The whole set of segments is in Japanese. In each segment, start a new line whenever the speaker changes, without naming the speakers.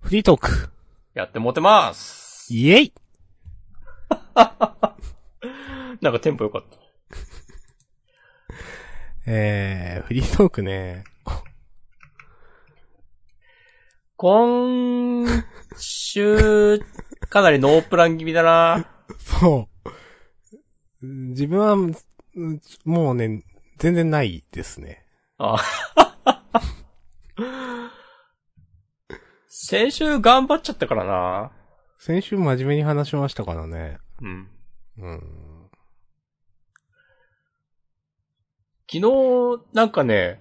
フリートーク。
やってもてます。
イエイ
なんかテンポ良かった。
えー、フリートークね。こ
今週、かなりノープラン気味だな。
そう。自分は、うんもうね、全然ないですね。
あ先週頑張っちゃったからな。
先週真面目に話しましたからね。
うん。
うん。
昨日、なんかね、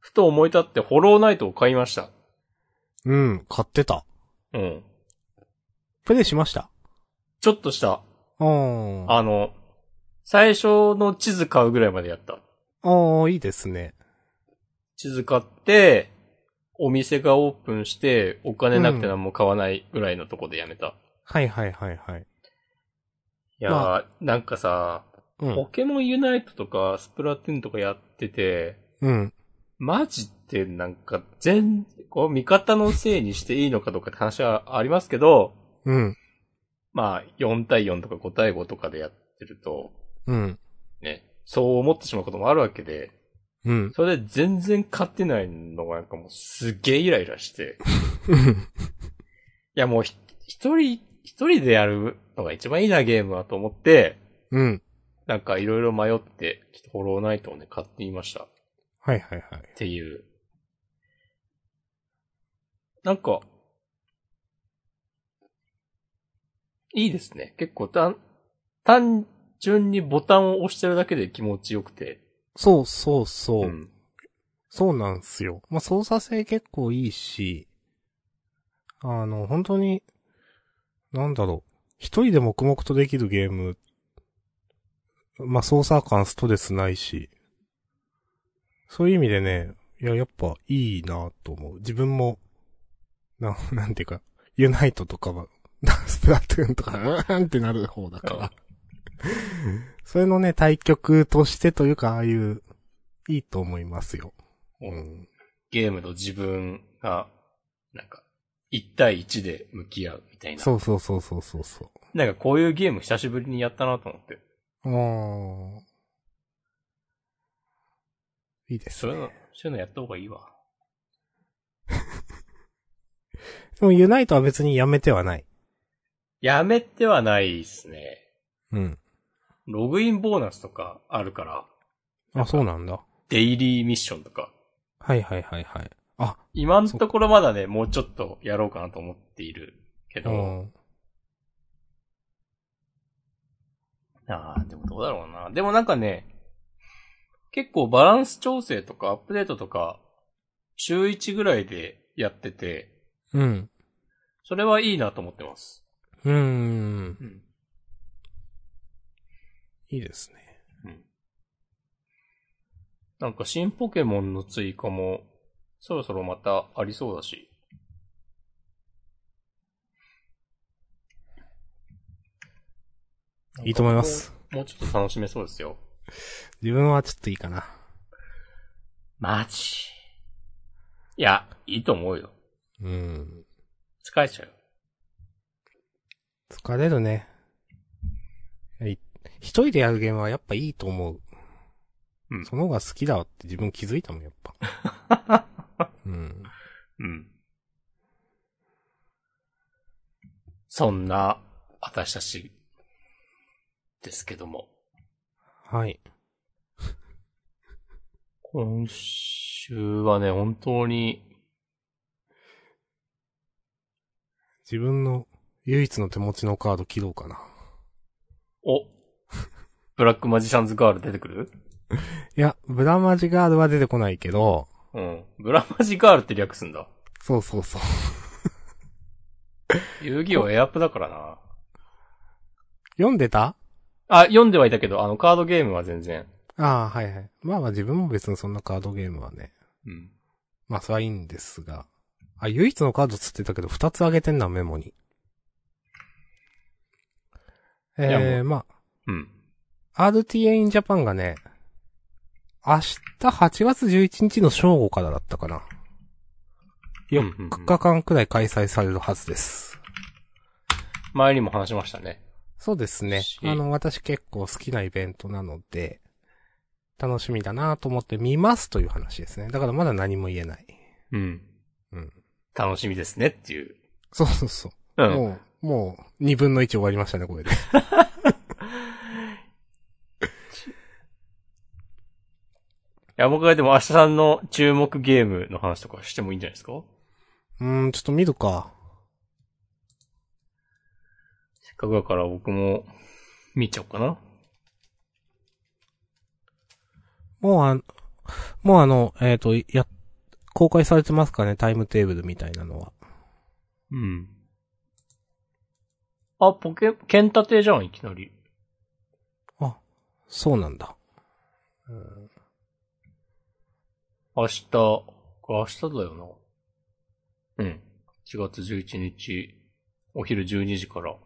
ふと思い立ってホローナイトを買いました。
うん、買ってた。
うん。
プレイしました。
ちょっとした。
うん。あ
あの、最初の地図買うぐらいまでやった。
ー、いいですね。
地図買って、お店がオープンして、お金なくて何も買わないぐらいのとこでやめた。い
はいはいはいはい。
やー、
ま
なんかさ、
う
ポ
ん。
ケモンユナイトとかスプラトゥーンとかやってて、
うん。
マジってなんか全、こう味方のせいにしていいのかとかって話はありますけど、
うん。
まあ4対4とか5対5とかでやってると、
うん。
ね、そう思ってしまうこともあるわけで、
うん。
それで全然勝てないのがなんかもうすげえイライラして。いやもうひ一人、一人でやるのが一番いいなゲームはと思って、
うん。
なんかいろいろ迷って、ちょっとホローナイトをね、買ってみました。っ
はいはいはい。
ていう。なんか、いいですね。結構単、単純にボタンを押してるだけで気持ちよくて。
そうそうそう。
ん。
そうなんすよ。まあ、操作性結構いいし、あの、本当に、なんだろう。一人で黙々とできるゲーム、まあ、操作感ストレスないし、そういう意味でね、いや、やっぱいいなと思う。自分も、な、なんていうか、ユナイトとかは、スプラトゥーンとか、うーんってなる方だから。それのね、対局としてというか、ああいう、いいと思いますよ。うん。
ゲームと自分が、なんか、1対1で向き合うみたいな。
そうそうそうそうそうそ
なんかこういうゲーム久しぶりにやったなと思って。
う。ああ。いいです
そういうの
ね。、
そういうのやった方がいいわ。
でもユナイトは別にやめてはない。
やめてはないですね。
うん。
ログインボーナスとかあるから、
あ、そうなんだ。
デイリーミッションとか。
はいはいはいはい。あ、
今のところまだね、もうちょっとやろうかなと思っているけ
う
ど、
ん。
ああ、でもどうだろうな。でもなんかね、結構バランス調整とかアップデートとか、週1ぐらいでやってて、
うん。
それはいいなと思ってます。
うーん。
うん。
いいですね。
なんか新ポケモンの追加も、そろそろまたありそうだし。
いいと思います。
もうちょっと楽しめそうですよ。
自分はちょっといいかな。
マジ。いや、いいと思うよ。
うん。
疲れちゃうよ。
疲れるね。はい一人でやるゲームはやっぱいいと思う。
うん
その方が好きだわって自分気づいたもん、やっぱ。 うん。
うん。そんな、私たち、ですけども。
はい。
今週はね、本当に、
自分の唯一の手持ちのカード切ろうかな。
お、ブラックマジシャンズガール出てくる
いや、ブラマジガードは出てこないけど、
うん。ブラマジガールって略すんだ。
そうそうそう。
遊戯王エアップだからな。
読んでた
あ、読んではいたけど、あの、カードゲームは全然。
ああ、はいはい。まあまあ自分も別にそんなカードゲームはね。
うん。
まあそれはいいんですが。あ、唯一のカードつってたけど、二つあげてんな、メモに。
や
えー、ま
うん。
あ、RTA in Japan がね、明日8月11日の正午からだったかな。
うんうんうん
4日間くらい開催されるはずです。
前にも話しましたね。
そうですね
し。
あの、私結構好きなイベントなので、楽しみだなと思って見ますという話ですね。だからまだ何も言えない。
うん。
うん。
楽しみですねっていう。
そうそうそう。
う
もう、もう、2分の1終わりましたね、これで。
いや、僕はでも明日さんの注目ゲームの話とかしてもいいんじゃないですか
うーん、ちょっと見るか。
せっかくだから僕も見ちゃおうかな。
もうあ、もうあの、えっ、と、や、公開されてますかね、タイムテーブルみたいなのは。
うん。あ、ポケ、ケンタテじゃん、いきなり。
あ、そうなんだ。
明日、これ明日だよな。うん。4月11日、お昼12時から、ポ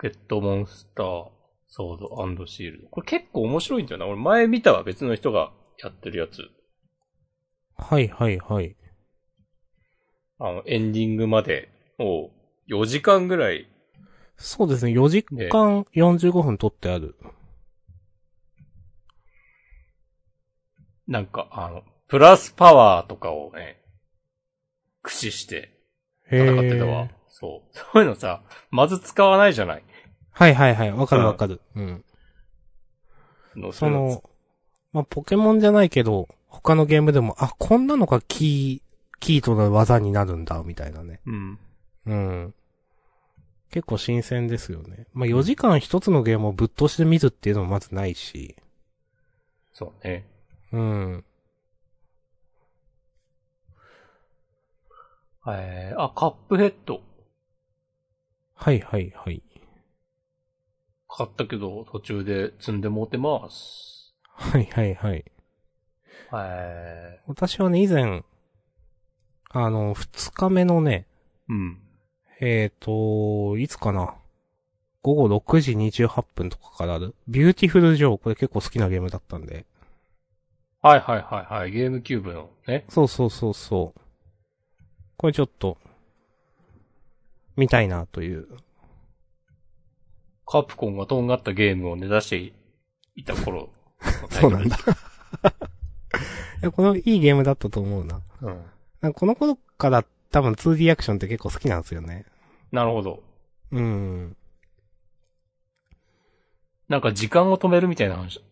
ケットモンスター、ソードシールド。これ結構面白いんだよな。俺前見たわ、別の人がやってるやつ。
はいはいはい。
あの、エンディングまでを4時間ぐらい、
そうですね、4時間45分撮ってある。
なんか、あの、プラスパワーとかをね、駆使して
へ
戦ってたわ。
ー
そう。そういうのさ、まず使わないじゃない。
はいはいはい、わかるわかる。うん。
の
そ、の、まあ、ポケモンじゃないけど、他のゲームでも、あ、こんなのがキー、キーとなる技になるんだ、みたいなね。
うん。
うん。結構新鮮ですよね。まあ、4時間一つのゲームをぶっ通しで見るっていうのもまずないし。
そうね。
うん。
えー、あ、カップヘッド。
はいはいはい。
買ったけど、途中で積んでもうてます。
はいはいはい。
え
私はね、以前、あの、二日目のね、
ー、うん。
えっ、と、いつかな。午後6時28分とかからある。ビューティフルジョー、これ結構好きなゲームだったんで。
はいはいはいはい。ゲームキューブのね。
そうそうそうそう。これちょっと、見たいなという。
カプコンがとんがったゲームをね、出していた頃の タイ
そ
ト
う
ル。
なんだ。 いや、このいいゲームだったと思うな。
うん。
なんかこの頃から多分 2D アクションって結構好きなんですよね。
なるほど。
うん。
なんか時間を止めるみたいな話、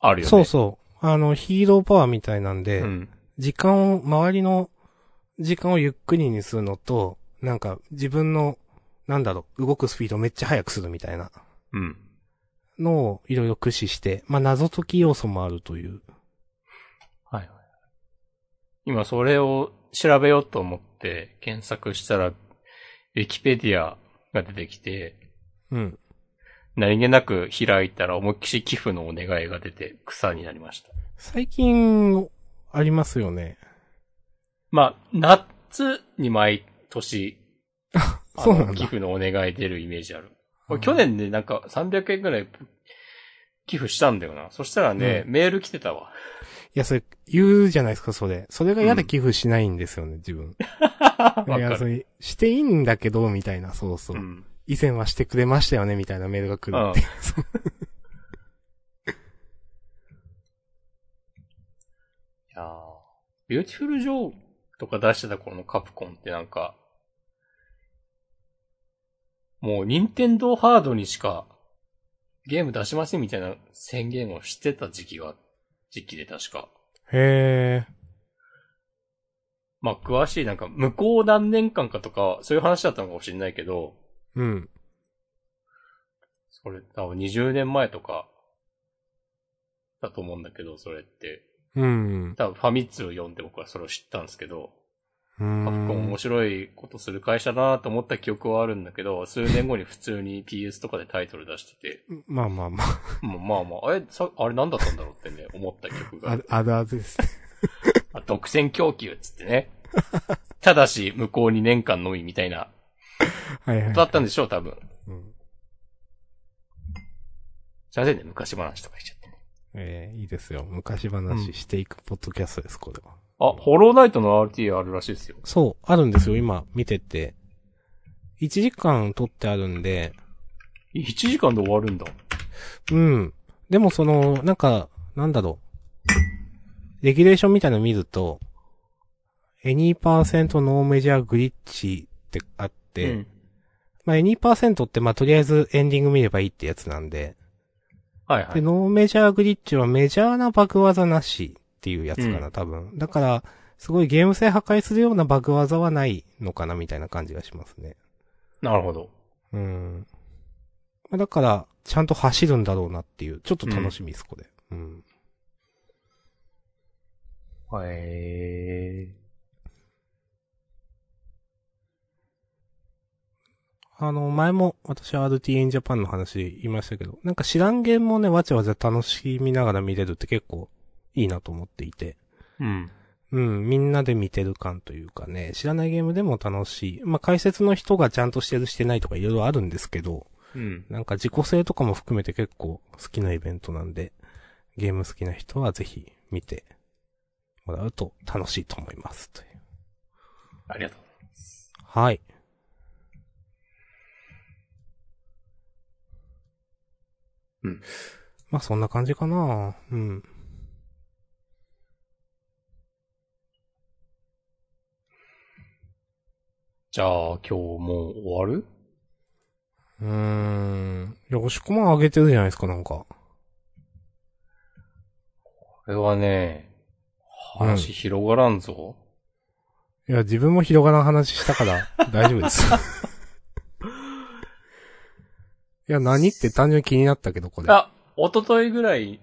あるよね。
そうそう。あの、ヒーローパワーみたいなんで、
ん。
時間を、周りの時間をゆっくりにするのと、なんか自分の、なんだろう、動くスピードをめっちゃ速くするみたいな
うん。
のをいろいろ駆使して、まあ謎解き要素もあるという。
はいはい。今それを調べようと思って検索したら、ウィキペディアが出てきて、
うん。
何気なく開いたら思いっきり寄付のお願いが出て草になりました。
最近、ありますよね。
まあ、夏に毎年、あ
そうなんだ
の寄付のお願い出るイメージある。
う
俺
ん
去年でなんか300円くらい寄付したんだよな。そしたらね、メール来てたわ。
いや、それ、言うじゃないですか、それ。それが嫌で寄付しないんですよね、自分。
わか
いや、そ
る。
れ、していいんだけど、みたいな、そうそうう。
ん。
以前はしてくれましたよね、みたいなメールが来る
うん
っていう。そう
いやービューティフルジョーとか出してた頃のカプコンってなんか、もう任天堂ハードにしかゲーム出しませんみたいな宣言をしてた時期が、時期で確か。
へー。
まあ、詳しいなんか、向こう何年間かとか、そういう話だったのかもしれないけど、
うん。
それ多分20年前とか、だと思うんだけど、それって。
うん。
多分ファミ通を読んで僕はそれを知ったんですけど、
う
カプコン
ん
面。白いことする会社だなと思った記憶はあるんだけど、数年後に普通に PS とかでタイトル出してて、
まあまあまあ、
もうまあまあ、あれ、さあれ何だったんだろうってね、思った記憶があ
ある
る。
あるある ですね。
あ独占供給っつってね。ただし、向こう2年間のみみたいな、
はいはい。
だったんでしょう、多分。
うん
すいませんね、昔話とかしちゃってね。
えーいいですよ。昔話していくポッドキャストです、これは。
あ、ホローナイトの RT あるらしいですよ。
そう、あるんですよ、今、見てて。1時間撮ってあるんで、
1時間で終わるんだ。
うん。でもその、なんか、なんだろう。レギュレーションみたいなの見ると、any% no major glitch ってあって、
うん。
まあ any% ってまあとりあえずエンディング見ればいいってやつなんで、
はいは
で、
い。
ノーメジャーグリッチはメジャーなバグ技なしっていうやつかな、
う
多分。だから、すごいゲーム性破壊するようなバグ技はないのかな、みたいな感じがしますね。
なるほど。
うん。まあだから、ちゃんと走るんだろうなっていう、ちょっと楽しみです、これ。うん。
へえ。
あの、前も私は RT in Japan の話言いましたけど、なんか知らんゲームをね、わちゃわちゃ楽しみながら見れるって結構いいなと思っていて。
うん。
うん、みんなで見てる感というかね、知らないゲームでも楽しい。まあ、解説の人がちゃんとしてるしてないとかいろいろあるんですけど、
うん。
なんか自己性とかも含めて結構好きなイベントなんで、ゲーム好きな人はぜひ見てもらうと楽しいと思います。という
ありがとう。
はい。
うん。
まあ、そんな感じかなうん。
じゃあ、今日もう終わる
うーん。いや、押し込まん上げてるじゃないですか、なんか。
これはね、
うん
話広がらんぞ。
いや、自分も広がらん話した から、大丈夫です。いや、何って単純に気になったけど、これ。
あ、一昨日ぐらい、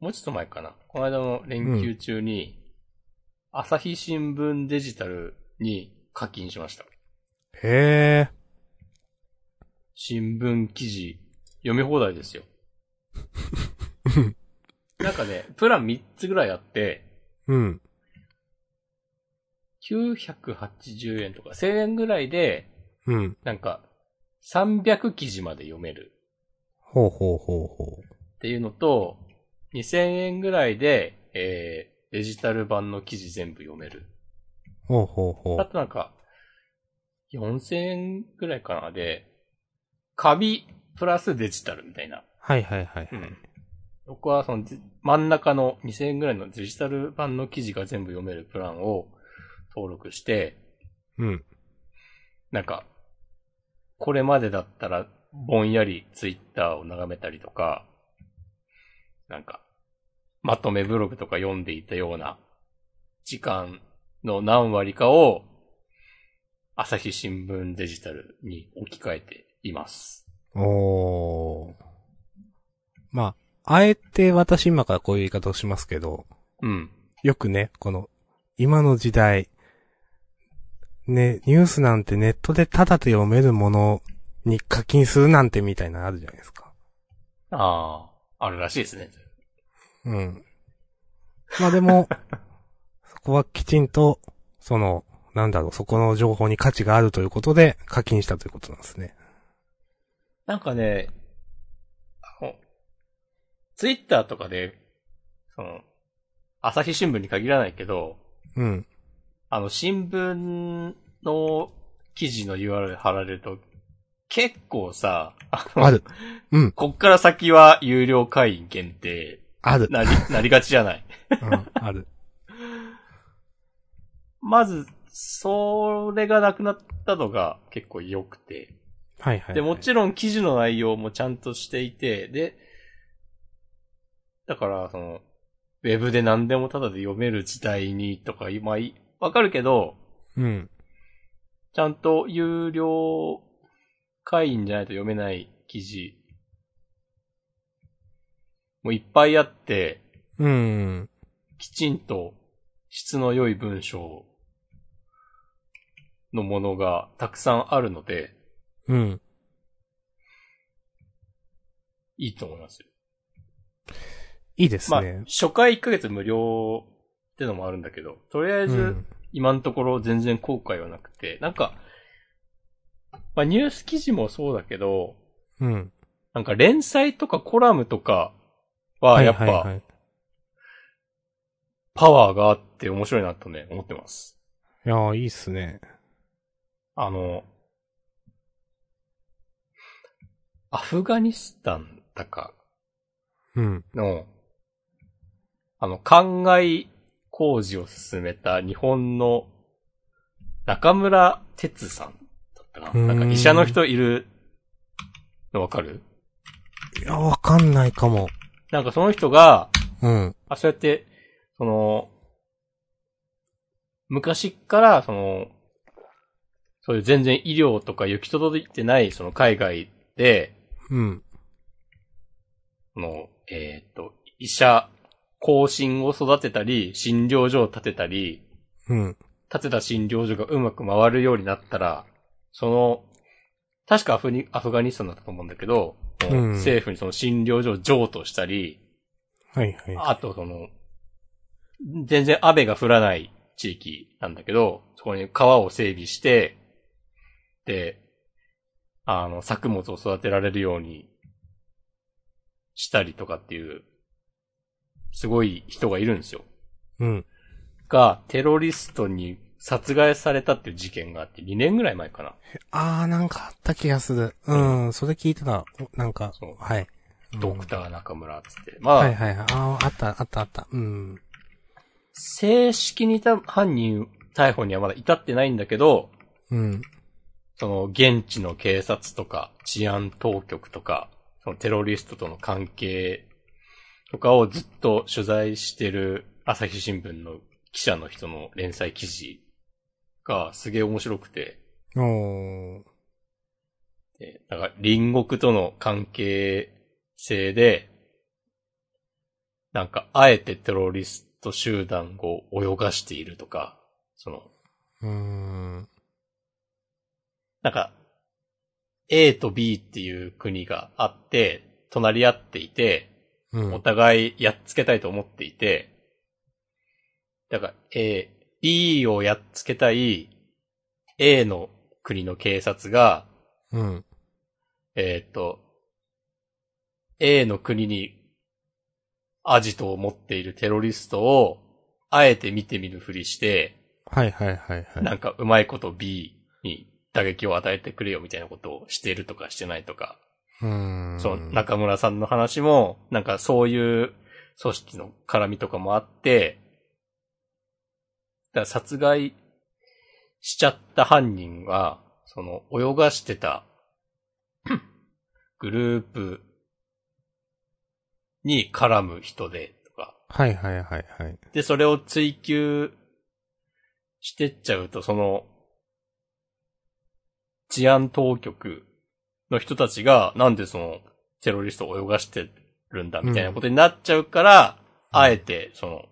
もうちょっと前かな。この間の連休中に、朝日新聞デジタルに課金しました。
へえ。
新聞記事、読み放題ですよ。 なんかね、プラン3つぐらいあって、
うん。
980円とか1000円ぐらいで、
うん。
なんか、300記事まで読める
ほうほうほうほ
っていうのと、2000円ぐらいで、えー、デジタル版の記事全部読める。
う。ほうほうほ
あ
う。
となんか、4000円ぐらいかなで、カビプラスデジタルみたいな。
はいはいはい。
うん。僕はそのじ真ん中の2000円ぐらいのデジタル版の記事が全部読めるプランを登録して、
うん。
なんか、これまでだったらぼんやりツイッターを眺めたりとか、なんか、まとめブログとか読んでいたような時間の何割かを朝日新聞デジタルに置き換えています。
おー。まあ、あえて私今からこういう言い方をしますけど、
うん。
よくね、この、今の時代、ね、ニュースなんてネットでタダで読めるものに課金するなんてみたいなのあるじゃないですか。
ああ、あるらしいですね。
うん。まあで も、そこはきちんと、その、なんだろう、そこの情報に価値があるということで課金したということなんですね。
なんかね、あの、ツイッターとかで、その、朝日新聞に限らないけど、
うん。
あの、新聞の記事の URL 貼られると、結構さ、あの
ある。うん、
こっから先は有料会員限定
ある。
な り、なりがちじゃない。
うん、ある。
まず、それがなくなったのが結構良くて。
はいはいはい。
で、もちろん記事の内容もちゃんとしていて、で、だから、その、ウェブで何でもタダで読める時代にとか、今、いわかるけど、
うん。
ちゃんと有料会員じゃないと読めない記事、もういっぱいあって、
うん。
きちんと質の良い文章のものがたくさんあるので、
うん。
いいと思いますよ。
いいです
まあ
ね、。
初回1ヶ月無料ってのもあるんだけど、とりあえ
う
ず
ん。
今のところ全然後悔はなくて、なんか、まあニュース記事もそうだけど、
うん。
なんか連載とかコラムとかはやっ
はいはいは
ぱ
い
パワーがあって面白いなとね、思ってます。
いやー、いいっすね。
あの、アフガニスタンだか
うん。
の、あの、灌漑工事を進めた日本の中村哲さんだったか
うー
な。
ん
なんか医者の人いるのわかる
いや、わかんないかも。
なんかその人が、
うん。
あ、そうやって、その、昔っから、その、そういう全然医療とか行き届いてない、その海外で、
うん。
その、えーっと、医者、後進を育てたり、診療所を建てたり、
うん。
建てた診療所がうまく回るようになったら、その、確かアフニアフガニスタンだったと思うんだけど、
うん
政府にその診療所を譲渡したり、
はいはい。
あとその、全然雨が降らない地域なんだけど、そこに川を整備して、で、あの、作物を育てられるようにしたりとかっていう、すごい人がいるんですよ。
うん。
が、テロリストに殺害されたっていう事件があって、2年ぐらい前かな。
あー、なんかあった気がする。うん、それ聞いてた。おなんか
そう、
はい。うん
ドクター中村っつって。まあ、
はいはいはい。あー、あったあったあった。うん。
正式にた犯人逮捕にはまだ至ってないんだけど、
うん。
その現地の警察とか治安当局とか、そのテロリストとの関係とかをずっと取材してる朝日新聞の記者の人の連載記事がすげえ面白くて、
おー。
でなんか隣国との関係性で、なんかあえてテロリスト集団を泳がしているとか、その、
うーん。
なんか、A と B っていう国があって、隣り合っていて、
うん。
お互いやっつけたいと思っていて、だから A、B をやっつけたい A の国の警察が、
うん。
えっ、と、A の国にアジトを持っているテロリストを、あえて見てみるふりして、
はいはいはいはい。
なんかうまいこと B に打撃を与えてくれよみたいなことをしてるとかしてないとか、
うーん。
その中村さんの話も、なんかそういう組織の絡みとかもあって、だから殺害しちゃった犯人は、その泳がしてたグループに絡む人でとか、
はいはいはいはい。
で、それを追求してっちゃうと、その、治安当局の人たちが、なんでその、テロリストを泳がしてるんだ、みたいなことになっちゃうから、
うん
あえて、その、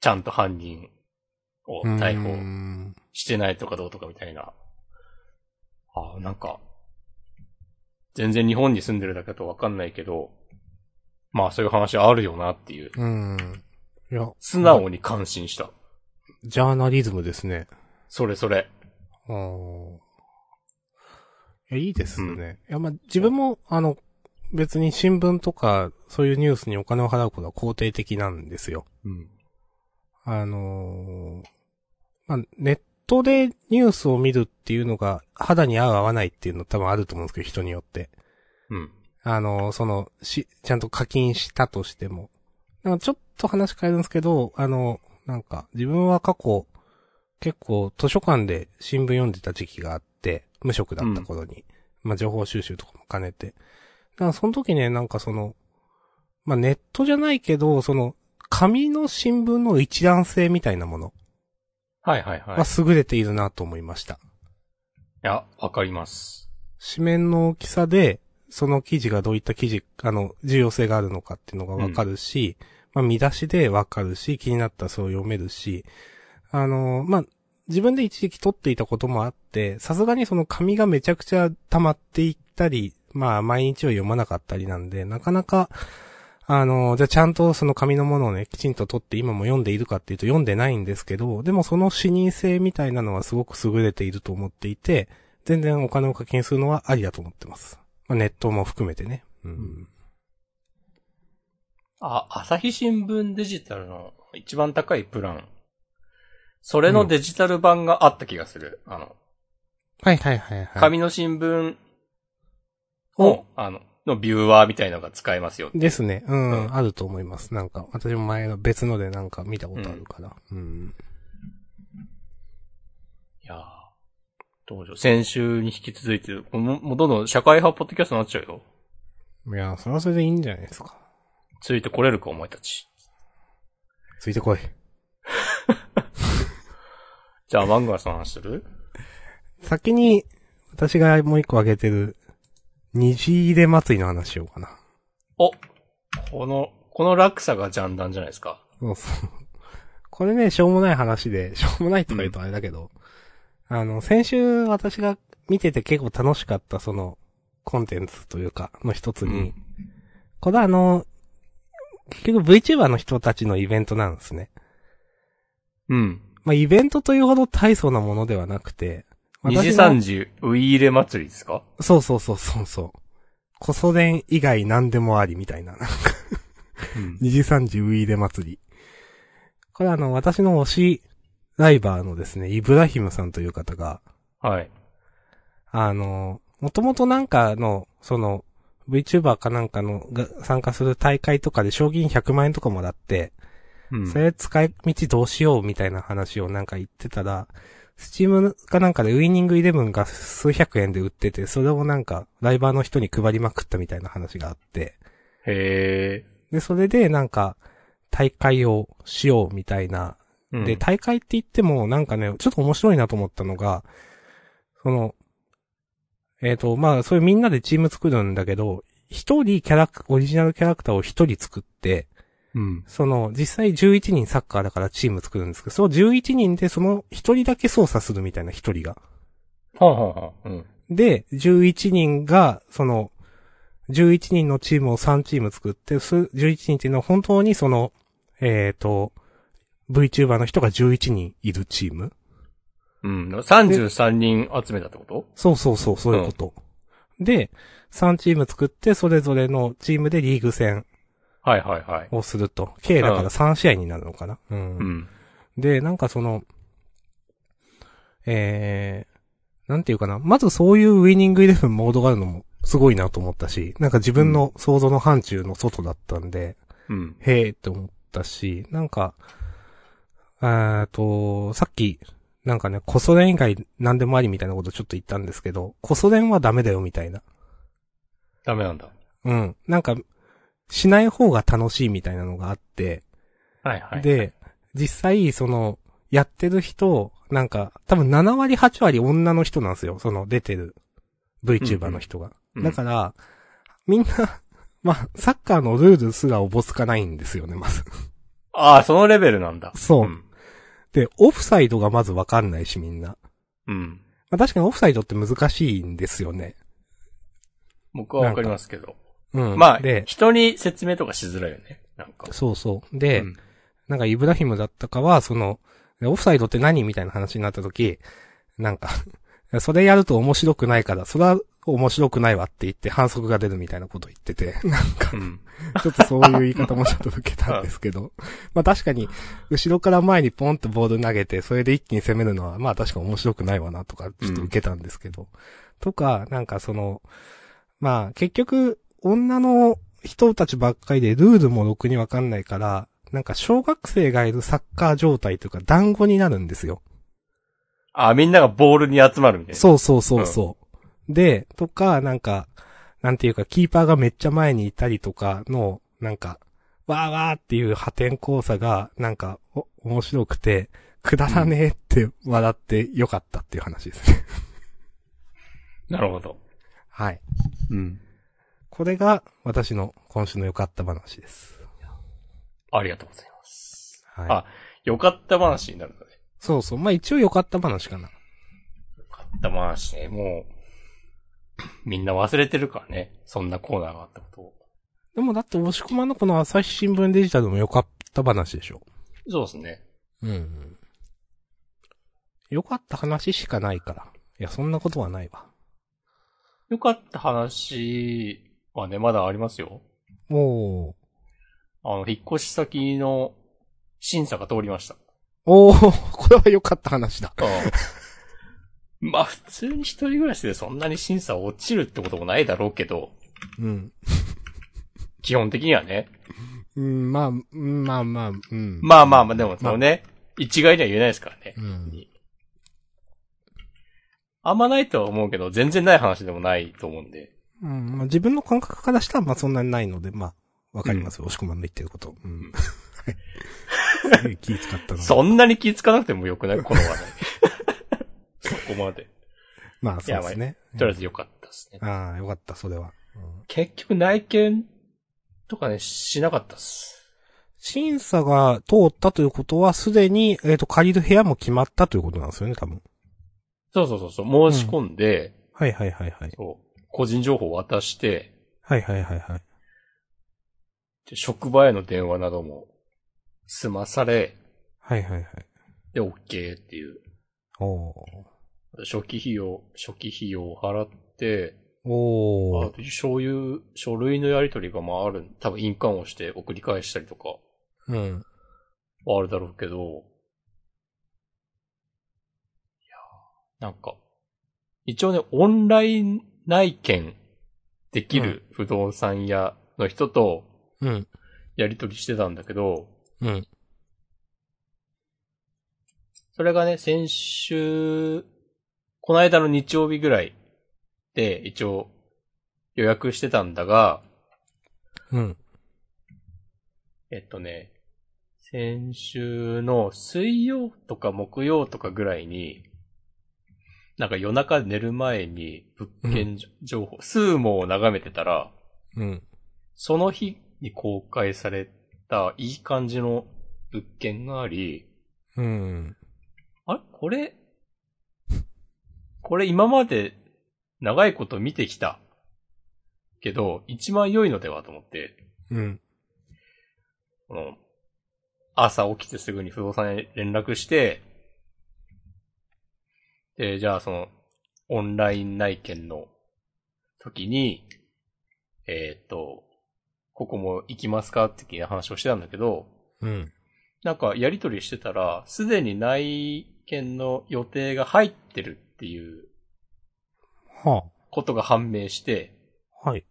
ちゃんと犯人を逮
うー
捕
ん
してないとかどうとかみたいな。ああ、なんか、全然日本に住んでるだけだとわかんないけど、まあそういう話あるよなっていう、
うーん。いや、
素直に感心した。
ジャーナリズムですね。
それそれ。
あーいや、いいですね。いや、まあ、自分も、あの、別に新聞とか、そういうニュースにお金を払うことは肯定的なんですよ。
うん。
あのーまあ、ネットでニュースを見るっていうのが、肌に合う合わないっていうの多分あると思うんですけど、人によって。
うん。
あの、その、し、ちゃんと課金したとしても。なんかちょっと話変えるんですけど、あの、なんか、自分は過去、結構図書館で新聞読んでた時期があって、無職だった頃に。まあ、情報収集とかも兼ねて。だからその時ね、なんかその、まあ、ネットじゃないけど、その、紙の新聞の一覧性みたいなもの
はいはいはい。
はい優れているなと思いました。
や、わかります。
紙面の大きさで、その記事がどういった記事、あの、重要性があるのかっていうのがわかるし、まあ見出しでわかるし、気になったらそれを読めるし、あのまあ、自分で一時期撮っていたこともあって、さすがにその紙がめちゃくちゃ溜まっていったり、まあ毎日を読まなかったりなんで、なかなか、あのじゃあちゃんとその紙のものをね、きちんと取って今も読んでいるかっていうと読んでないんですけど、でもその視認性みたいなのはすごく優れていると思っていて、全然お金を課金するのはありだと思ってます。まあ、ネットも含めてね。うん。
あ、朝日新聞デジタルの一番高いプラン。それのデジタル版があった気がする。あの、
はいはいはいはい。
紙の新聞を、あの、のビューワーみたいのが使えますよ。
ですね。うん、
うん
あると思います。なんか、私も前の別のでなんか見たことあるから。うん。
いやーどうしよう。先週に引き続いて、もうもうどんどん社会派ポッドキャストになっちゃうよ。
いや、それはそれでいいんじゃないですか。
ついてこれるか、お前たち。
ついてこい。
じゃあ、マンガラスの話する
先に、私がもう一個挙げてる、虹で祭りの話しようかな。
おこの、この落差がジャンダンじゃないですか。
そうそう。これね、しょうもない話で、しょうもないとか言うとあれだけど、あの、先週私が見てて結構楽しかったその、コンテンツというか、の一つに、
うん
これはあの、結局 VTuber の人たちのイベントなんですね。
うん。
まあ、イベントというほど大層なものではなくて、
二次
私の
三次、ウイイレ祭りですか
そうそうそうそうそう。コソ連以外何でもありみたいな。
うん。
二次三次ウイイレ祭り。これあの、私の推しライバーのですね、イブラヒムさんという方が、
はい。
あの、もともとなんかの、その、VTuber かなんかのが参加する大会とかで賞金100万円とかもらって、
うん
それ使い道どうしようみたいな話をなんか言ってたら、スチームかなんかでウイニングイレブンが数百円で売ってて、それをなんかライバーの人に配りまくったみたいな話があって、
へ
で、それでなんか大会をしようみたいな
ーうん。
で、大会って言っても、なんかね、ちょっと面白いなと思ったのが、その、えっ、と、まあ、そういうみんなでチーム作るんだけど、一人キャラク、オリジナルキャラクターを一人作って、
うん。
その、実際11人サッカーだからチーム作るんですけど、その11人でその一人だけ操作するみたいな一人が。
はあ、はあはあ、うん。
で、11人が、その、11人のチームを3チーム作って、す11人っていうのは本当にその、えっ、と、VTuber の人が11人いるチーム
うん。33人集めたってこと
そうそうそう、そういうこと。で、3チーム作って、それぞれのチームでリーグ戦
はいはいはい。
をすると。計だか
うん
ら3試合になるのかな。うん。
うん。
で、なんかその、えー、なんていうかな。まずそういうウィニングイレブンモードがあるのもすごいなと思ったし、なんか自分の想像の範疇の外だったんで、
うん。
へえって思ったし、なんか、えーと、さっき、なんかね、コソ連以外何でもありみたいなことちょっと言ったんですけど、コソ連はダメだよみたいな。
ダメなんだ。
うん。なんか、しない方が楽しいみたいなのがあって、
はいはい。、
で、実際、その、やってる人、なんか、多分7割8割女の人なんですよ。その出てる VTuber の人が。
うん
だから、みんな、 まあ、サッカーのルールすらおぼつかないんですよね、まず。
ああ、そのレベルなんだ。
そう
うん。
で、オフサイドがまずわかんないし、みんな。
うん。
まあ、確かにオフサイドって難しいんですよね。
僕はわかりますけど。
うん。
まあ
で、、
人に説明とかしづらいよね。なんか。
そうそう。で、
うん
なんかイブラヒムだったかは、その、オフサイドって何みたいな話になった時、なんか、それやると面白くないから、それは面白くないわって言って反則が出るみたいなこと言ってて、なんか
う、ん。
ちょっとそういう言い方もちょっと受けたんですけど、まあ確かに、後ろから前にポンとボール投げて、それで一気に攻めるのは、まあ確か面白くないわなとか、ちょっと受けたんですけど、とか、なんかその、まあ結局、女の人たちばっかりでルールもろくにわかんないから、なんか小学生がいるサッカー状態というか団子になるんですよ。
ああ、みんながボールに集まるみたいな。
そうそうそうそう。で、とか、なんか、なんていうか、キーパーがめっちゃ前にいたりとかの、なんか、わーわーっていう破天荒さが、なんか、お、面白くて、くだらねえって笑ってよかったっていう話ですね。
なるほど。
はい。
うん。
これが、私の今週の良かった話です。
ありがとうございます。
はい。
あよかった話になるのね。
そうそう。まあ、一応良かった話かな。
よかった話ね。もう、みんな忘れてるからね。そんなコーナーがあったことを。
でもだって、押し込まんのこの朝日新聞デジタルも良かった話でしょ。
そうですね。
うん。良かった話しかないから。いや、そんなことはないわ。
よかった話はね、まだありますよ。
も
あの、引っ越し先の審査が通りました。
おー、これは良かった話だ。
まあ普通に一人暮らしでそんなに審査落ちるってこともないだろうけど、
うん。
基本的にはね。
うん、まあ、うんまあまあ、うん。
まあまあまあ、でもそのね、一概には言えないですからね
う。ん。
あんまないとは思うけど、全然ない話でもないと思うんで。
うん、まあ自分の感覚からしたら、まあそんなにないので、まあ、わかりますよ。押し込まんの言ってること。うん。はいすげえ 気使ったな。
そんなに気づかなくてもよくないこの話題。 そこまで。
まあそうですね。
とりあえず良かったですね。
ああ、よかった、それは。うん
結局内見とかね、しなかったっす。
審査が通ったということは、すでに、えっ、と、借りる部屋も決まったということなんですよね、多分。
そうそうそうそう、申し込んで、
はいはいはいはい。
そう個人情報を渡して、
はいはいはいはい。
で職場への電話なども済まされ、
はいはいはい。
で、OK っていう。
お
初期費用、初期費用を払って、
ー。お
あ
ー。
そういう書類のやり取りがまあある、多分印鑑をして送り返したりとか
うん。
はあるだろうけど、いやーなんか、一応ね、オンライン内見できる不動産屋の人と
うん。
やり取りしてたんだけど、
うん。
それがね、先週、この間の日曜日ぐらいで一応予約してたんだが、
うん。
えっとね、先週の水曜とか木曜とかぐらいに、なんか夜中寝る前に物件じょ情報、スーモを眺めてたら、
うん。
その日に公開されたいい感じの物件があり、
うん。
あれこれ、これ今まで長いこと見てきたけど、一番良いのではと思って、
うん。
この、朝起きてすぐに不動産屋に連絡して、で、じゃあその、オンライン内見の時に、えーっと、ここも行きますかって的な話をしてたんだけど、
うん。
なんかやりとりしてたら、すでに内見の予定が入ってるっていう
は
ことが判明して、
あ。はい。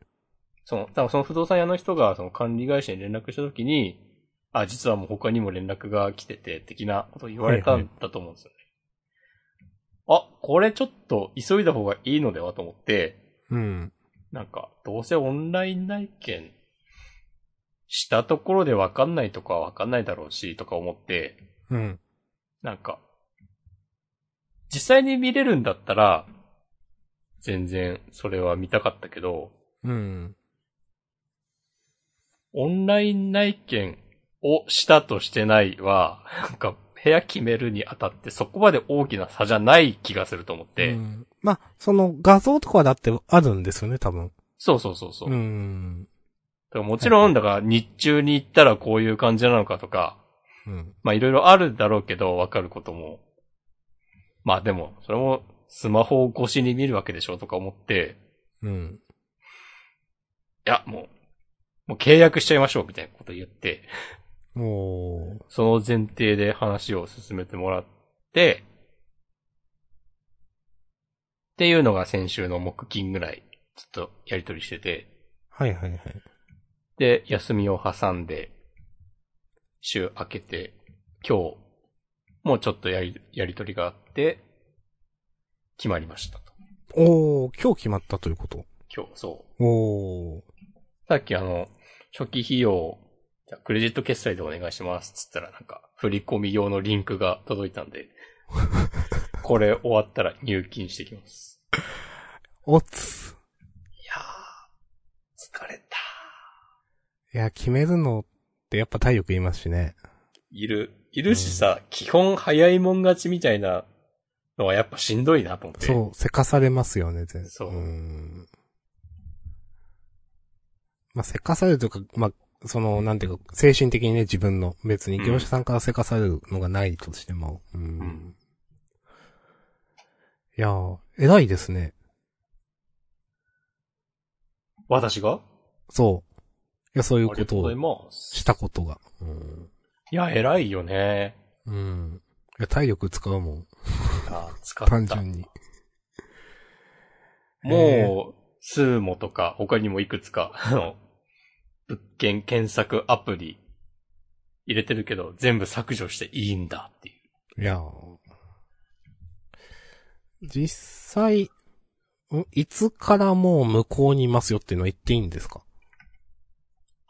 その、多分その不動産屋の人がその管理会社に連絡した時に、あ、実はもう他にも連絡が来てて、的なことを言われた
はいは
んだと思うんですよね。あ、これちょっと急いだ方がいいのではと思って、
うん。
なんか、どうせオンライン内見したところでわかんないとかはわかんないだろうし、とか思って、
うん。
なんか、実際に見れるんだったら、全然それは見たかったけど、
うん。
オンライン内見をしたとしてないは、なんか部屋決めるにあたってそこまで大きな差じゃない気がすると思って。
うん、まあ、その画像とかはだってあるんですよね、多分。
そうそうそうそう。
う
だ
ん。
からもちろん、だから日中に行ったらこういう感じなのかとか、
うん。
まあいろいろあるだろうけど、わかることも。まあでも、それもスマホ越しに見るわけでしょとか思って、
うん。
いや、もう、もう契約しちゃいましょうみたいなこと言って、
おー。
その前提で話を進めてもらって、っていうのが先週の木金ぐらい、ずっとやりとりしてて、
はいはいはい。
で、休みを挟んで、週明けて、今日、もうちょっとやり、やりとりがあって、決まりましたと。
おー、今日決まったということ。
今日、そう。
おー。
さっきあの、初期費用、じゃあクレジット決済でお願いしますっつったらなんか、振り込み用のリンクが届いたんで、これ終わったら入金してきます。
おつ。
いやー、疲れた。
いや、決めるのってやっぱ体力いりますしね。
いる、いるしさ、基本早いもん勝ちみたいなのはやっぱしんどいなと思って。
そう、せかされますよね、全然。
そう
うん。まあ、せかされるというか、まあ、その、なんていうか、精神的にね、自分の、別に
うん
業者さんからせかされるのがないとしても、うん。
ん
いやー、偉いですね。
私が
そう。いや、そういう
あり
こ
がと
と
うござい
を
ます
し。たことが。うん。
いや、偉いよね。
うん。いや、体力使うもん。
いや使った。
単純に。
もう、スーモとか、他にもいくつか、 あの、物件検索アプリ入れてるけど、全部削除していいんだっていう。
いや、実際、んいつからもう向こうにいますよっていうのは言っていいんですか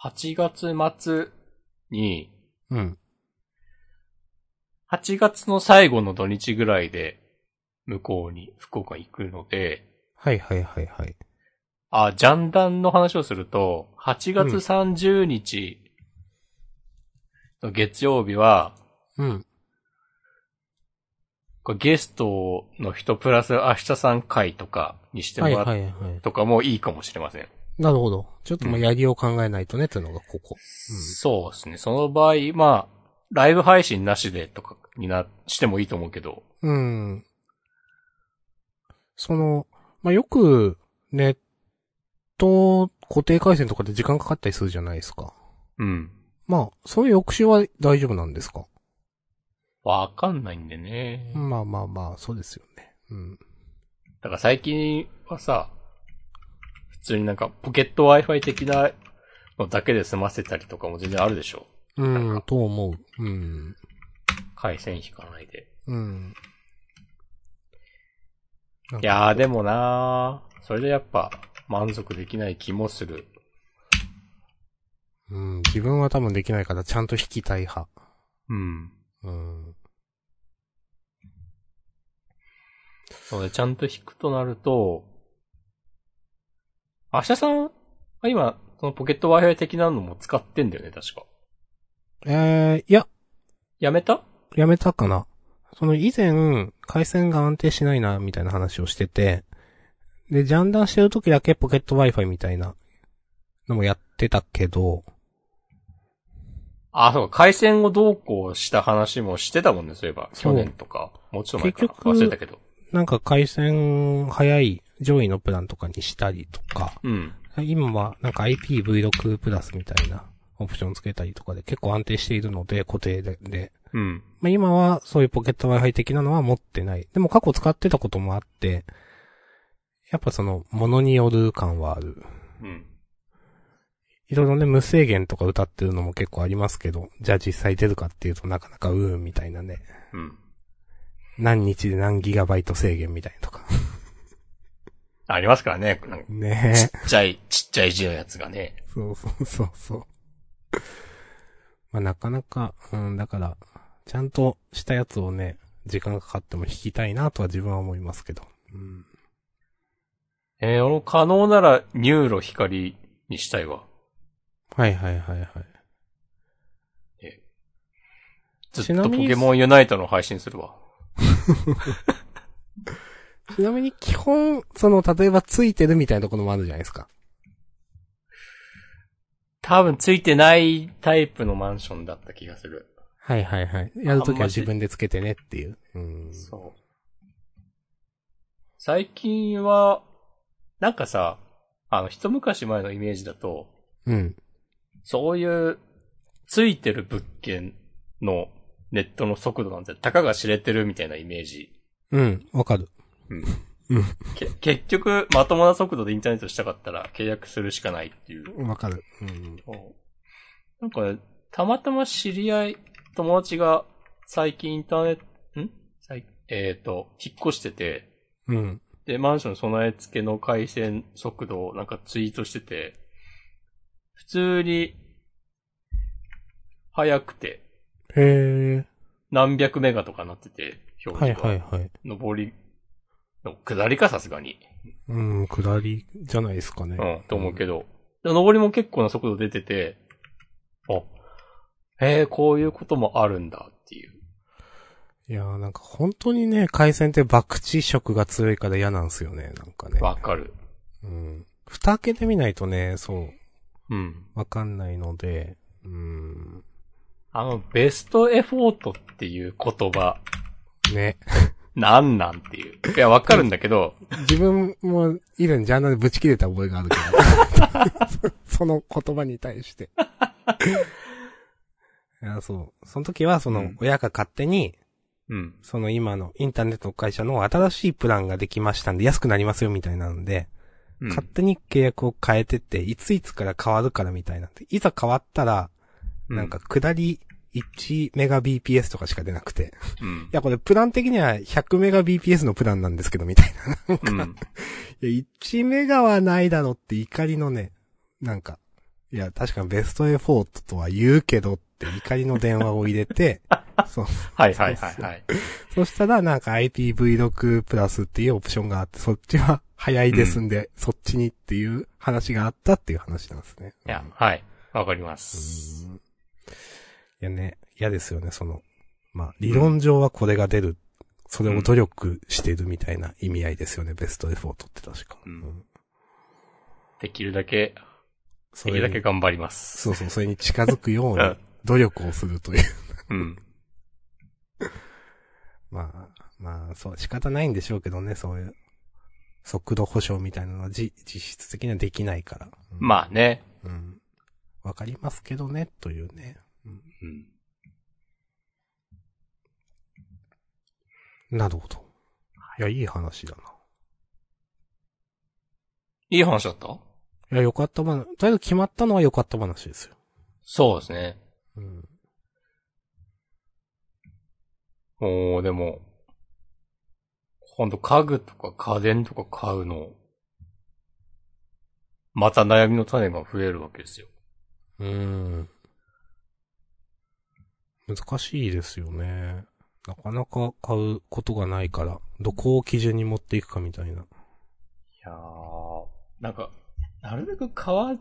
8月末に、
うん。
8月の最後の土日ぐらいで、向こうに福岡行くので、
はいはいはいはい。
あ、ジャンダンの話をすると、8月30日の月曜日は、
うん。
これゲストの人プラス明日さん会とかにしても
はい
らっ
はいはい。
とかもいいかもしれません。
なるほど。ちょっとま
う
あ、
ん
やりを考えないとねっていうのがここ。
そうですね。その場合、まあ、ライブ配信なしでとかにな、してもいいと思うけど。
うん。うん。その、まあ、よく、ネット、固定回線とかで時間かかったりするじゃないですか。
うん。
まあ、そういう抑止は大丈夫なんですか
わかんないんでね。
まあまあまあ、そうですよね。うん。
だから最近はさ、普通になんかポケット Wi-Fi 的なのだけで済ませたりとかも全然あるでしょ。
うん、と思う。うん。
回線引かないで。
うん。
いやーでもなー、それでやっぱ満足できない気もする。
うん、自分は多分できないから、ちゃんと引きたい派。
うん。
うん。
そうね、ちゃんと引くとなると、明日さんは今、そのポケット Wi-Fi 的なのも使ってんだよね、確か。
えー、いや、
やめた
やめたかな。その以前、回線が安定しないな、みたいな話をしてて、で、ジャンダンしてる時だけポケット Wi-Fi みたいなのもやってたけど、
あ、そうか、回線をどうこうした話もしてたもんね、そういえば。
そ
去
う
年とか。もうちょっと前かな
結局
忘れたけど。
なんか回線早い上位のプランとかにしたりとか、
うん。
今はなんか IPv6 プラスみたいなオプションつけたりとかで結構安定しているので固定で、で
うん。
まあ、今はそういうポケット Wi-Fi 的なのは持ってない。でも過去使ってたこともあって、やっぱその、ものによる感はある。
うん。
いろいろね、無制限とか歌ってるのも結構ありますけど、じゃあ実際出るかっていうとなかなかうーんみたいなね。
うん。
何日で何ギガバイト制限みたいなとか。
ありますからね、なんか
ねえ。
ちっちゃい、ちっちゃい字のやつがね。
そうそうそうそう。まあなかなか、うん、だから、ちゃんとしたやつをね、時間かかっても弾きたいなとは自分は思いますけど。うん。
えー、俺も可能ならニューロ光にしたいわ。
はいはいはいはい。
ず
ち
っ
な
とポ
みに
ケモンユナイトの配信するわ。
ちなみに基本、その、例えばついてるみたいなところもあるじゃないですか。
多分ついてないタイプのマンションだった気がする。
はいはいはい。やるとき
あん
は
まし
自分でつけてねっていう。うん。
そう。最近は、なんかさ、あの、一昔前のイメージだと、
うん。
そういう、ついてる物件のネットの速度なんて、たかが知れてるみたいなイメージ。
うん。わかる。
け 結局、まともな速度でインターネットしたかったら契約するしかないっていう。
わかる。うん。
なんか、ね、たまたま知り合い、友達が最近インターネット、ん最えっ、と、引っ越してて、
うん。
で、マンション備え付けの回線速度をなんかツイートしてて、普通に、速くて、
へ
何百メガとかなってて、
ー。
表
はい
示が。
はいはい。
上り、の下りかさすがに。
うん、下りじゃないですかね。
うん、と思うけど。でも上りも結構な速度出てて、あ、へえ、こういうこともあるんだっていう。
いやーなんか本当にね、回線って爆地色が強いから嫌なんすよね、なんかね。
わかる。
うん。蓋開けてみないとね、そう、
うん。
わかんないので、うん。
あの、ベストエフォートっていう言葉、
ね。
なんなんっていう。いや、わかるんだけど、
自分も以前ジャーナルでぶち切れた覚えがあるけ ど。そその言葉に対して。 いや、そう。その時は、その
うん、
親が勝手に、
うん。
その今のインターネットの会社の新しいプランができましたんで、安くなりますよみたいなので、
うん
勝手に契約を変えてって、いついつから変わるからみたいなんで、いざ変わったら、なんか、、下り1メガ BPS とかしか出なくて。
うん
い。や、これプラン的には100メガ BPS のプランなんですけど、みたいな。
うん。
いや、1メガはないだろって怒りのね、なんか、いや、確かベストエフォートとは言うけどって怒りの電話を入れて、 そう。
はいはいはいはい。
そしたらなんか IPv6 プラスっていうオプションがあって、そっちは早いですんで、そっちにっていう話があったっていう話なんですね。
いや
うん、
はい。わかりま
う
す。
ーんいやね、嫌ですよね、その、まあ、理論上はこれが出る。それを努力してるみたいな意味合いですよね、ベストエフォートって確か。
うん
うん
できるだけ、
そ
で
れ
き
に
るだけ頑張ります。
そうそう、それに近づくよう
う
に
ん
努力をするという。
うん。
まあ、まあ、そう、仕方ないんでしょうけどね、そういう。速度保証みたいなのはじ実質的にはできないから。うん
まあね。
うん。わかりますけどね、というね。うん
うん。
なるほど。いや、いい話だな。
いい話だった
いや、よかった話。とりあえず決まったのはよかった話ですよ。
そうですね。
うん。
もう、でも、ほんと家具とか家電とか買うの、また悩みの種が増えるわけですよ。
うん。難しいですよね。なかなか買うことがないから、どこを基準に持っていくかみたいな。
いやー、なんか、なるべく買わ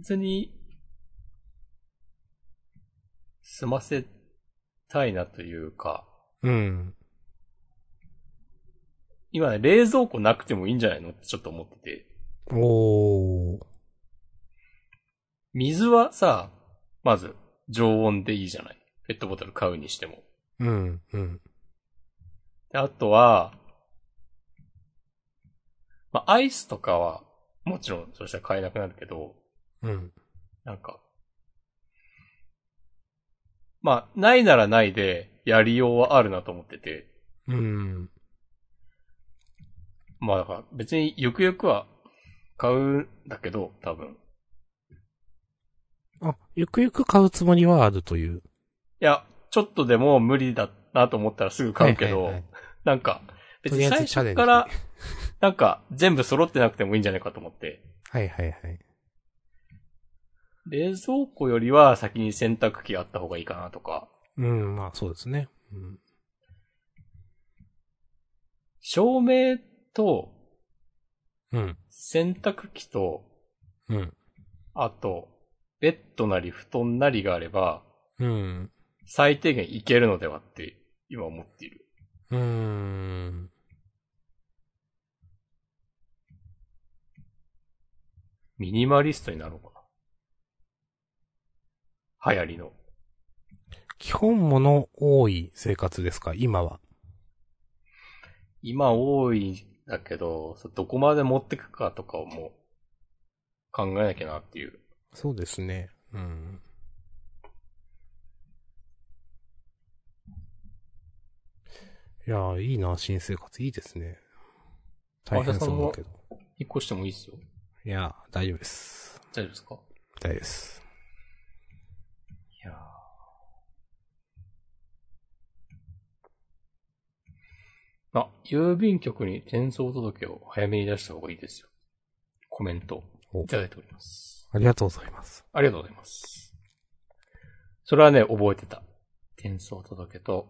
ずに、済ませたいなというか、
うん。
今ね、冷蔵庫なくてもいいんじゃないのってちょっと思ってて。
おー。
水はさ、まず、常温でいいじゃないペットボトル買うにしても。
うん、うん。
であとは、まあ、アイスとかは、もちろん、そしたら買えなくなるけど、
うん。
なんか、まあ、ないならないで、やりようはあるなと思ってて、
うん。
まあだから、別にゆくゆくは買うんだけど、多分。
あ、ゆくゆく買うつもりはあるという。
いや、ちょっとでも無理だなと思ったらすぐ買うけ
は
ど、
いはいはい
なんか、別
と
に
りあえ
最
ずチャレン
初
ジ
から、なんか、全部揃ってなくてもいいんじゃないかと思って。
はいはいはい。
冷蔵庫よりは先に洗濯機あった方がいいかなとか、
うん、まあそうですね。うん。
照明と
うん。
洗濯機と、
うん。
あと、ベッドなり布団なりがあれば、
うん。
最低限いけるのではって、今思っている。
うーん。
ミニマリストになろうかな。流行りの。
基本物多い生活ですか、今は。
今多いんだけど、そどこまで持ってくかとかをもう考えなきゃなっていう。
そうですね。うん。いやー、いいな、新生活。いいですね。大変そうだけど。
引っ越してもいいですよ。
いやー、大丈夫です。
大丈夫ですか
大丈夫です。
いやーあ、郵便局に転送届を早めに出した方がいいですよ。コメントいただいております。
ありがとうございます。
ありがとうございます。それはね、覚えてた。転送届と、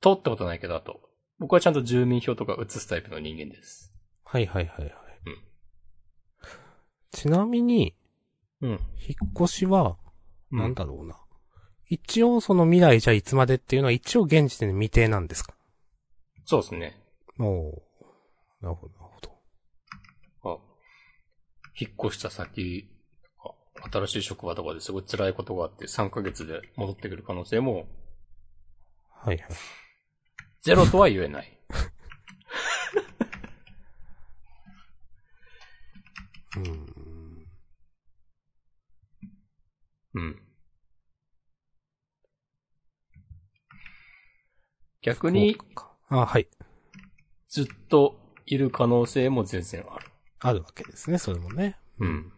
とってことないけど、あと、僕はちゃんと住民票とか移すタイプの人間です。
はいはいはいはい。
うん
ちなみに、
うん。
引っ越しは、
うん
なんだろうな。一応その未来じゃいつまでっていうのは一応現時点で未定なんですか
そうですね。
おおーなるほど、なるほど。
あ、引っ越した先とか、新しい職場とかですごい辛いことがあって、3ヶ月で戻ってくる可能性も、
はいはい。
ゼロとは言えない。
うーん。
うん。逆に、
あ、はい。
ずっといる可能性も全然ある。
あるわけですね、それもね。
うん。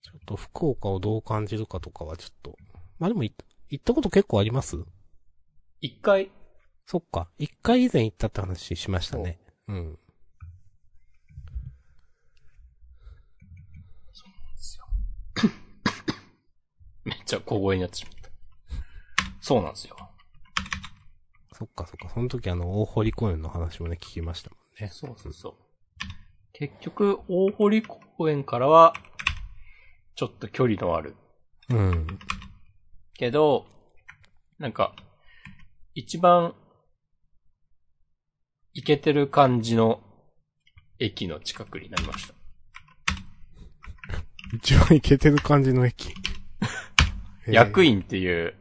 ちょっと福岡をどう感じるかとかはちょっと。まあでもい行ったこと結構あります
一回、
そっか。一回以前行ったって話しましたね。うん。
めっちゃ小声になってしまった。そうなんですよ。
そっかそっか。その時あの、大堀公園の話もね、聞きましたもんね。
そうそうそう。結局、大堀公園からは、ちょっと距離のある。
うん。
けど、なんか、一番、行けてる感じの駅の近くになりました。
一番行けてる感じの 駅。
役
員。
員っていう、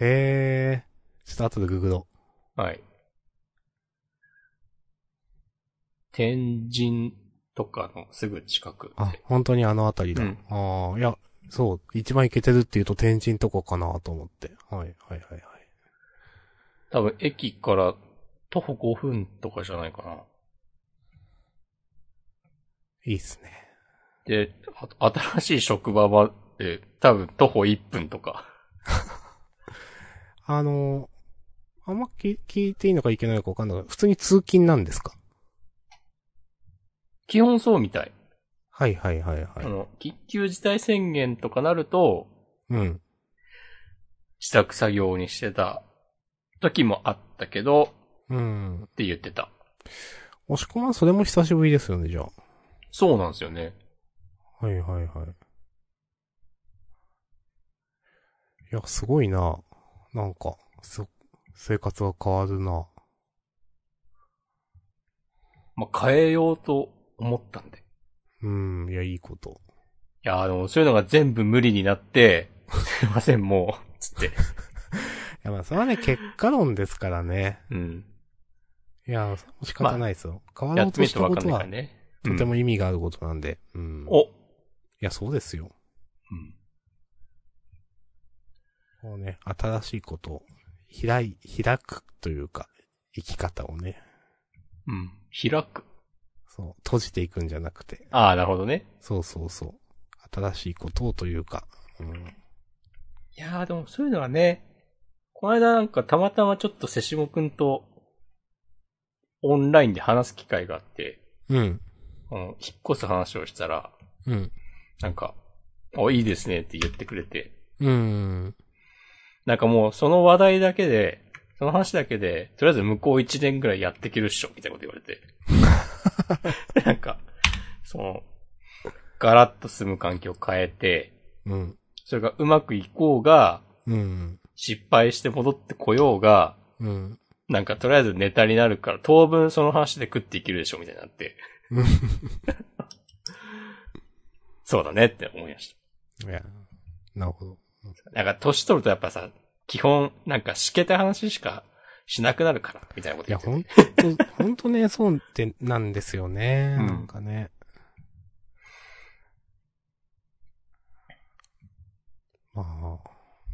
へえ。ちょっと後でググろ
はい。天神とかのすぐ近く
う。あ、本当にあの辺りだ。
うん
ああ、いや、そう。一番行けてるって言うと天神とかかなと思って。はい、はい、はい、はい。
多分駅から徒歩5分とかじゃないかな。
いいっすね。
で、あ新しい職場まで多分徒歩1分とか。
あの、あんま聞聞いていいのかいけないのかわかんないけど普通に通勤なんですか
基本そうみたい。
はいはいはいは
あ
い。
の、緊急事態宣言とかなると、
うん。
自宅作業にしてた時もあったけど、
うん。
って言ってた。
押し込まんそれも久しぶりですよね、じゃあ。
そうなんですよね。
はいはいはい。いや、すごいな。なんか、そ、生活が変わるな。
まあ、変えようと思ったんで。
うん、いや、いいこと。
いや、あの、そういうのが全部無理になって、 すいません、もう、つって。
いや、まあ、それ はね、結果論ですからね。
うん。
いや、仕方ないですよ。変わ
や
ろう
って
と
みる
し
と
た
わ
こ
かん
と
ないか
は
ら、ね。
とても意味があることなんで。うん。い
お、
うや、そうですよ。
ん。
こうね、新しいことを開い、開くというか、生き方をね、
うん。開く。
そう、閉じていくんじゃなくて、
ああ、なるほどね。
そうそうそう、新しいことをというか、うん。
いやーでもそういうのはね、この間なんかたまたまちょっとセシモくんとオンラインで話す機会があって、
うん。
あの、引っ越す話をしたら、
うん。
なんか、お、いいですねって言ってくれて、
うん。
なんかもうその話題だけで、その話だけで、とりあえず向こう1年ぐらいやってけるっしょ、みたいなこと言われて。なんか、その、ガラッと住む環境を変えて、
うん。
それがうまくいこうが、
うん。
失敗して戻ってこようが、
うん。
なんかとりあえずネタになるから、当分その話で食っていけるでしょ、みたいになって。そうだねって思いまし
いや、なるほど。
た。なんか年取るとやっぱさ、基本、なんかしけた話しかしなくなるから、みたいなこと
いや、
言ってて
ほ んと、ほんとね、そうって、なんですよね。
うん
なんかね。まあ、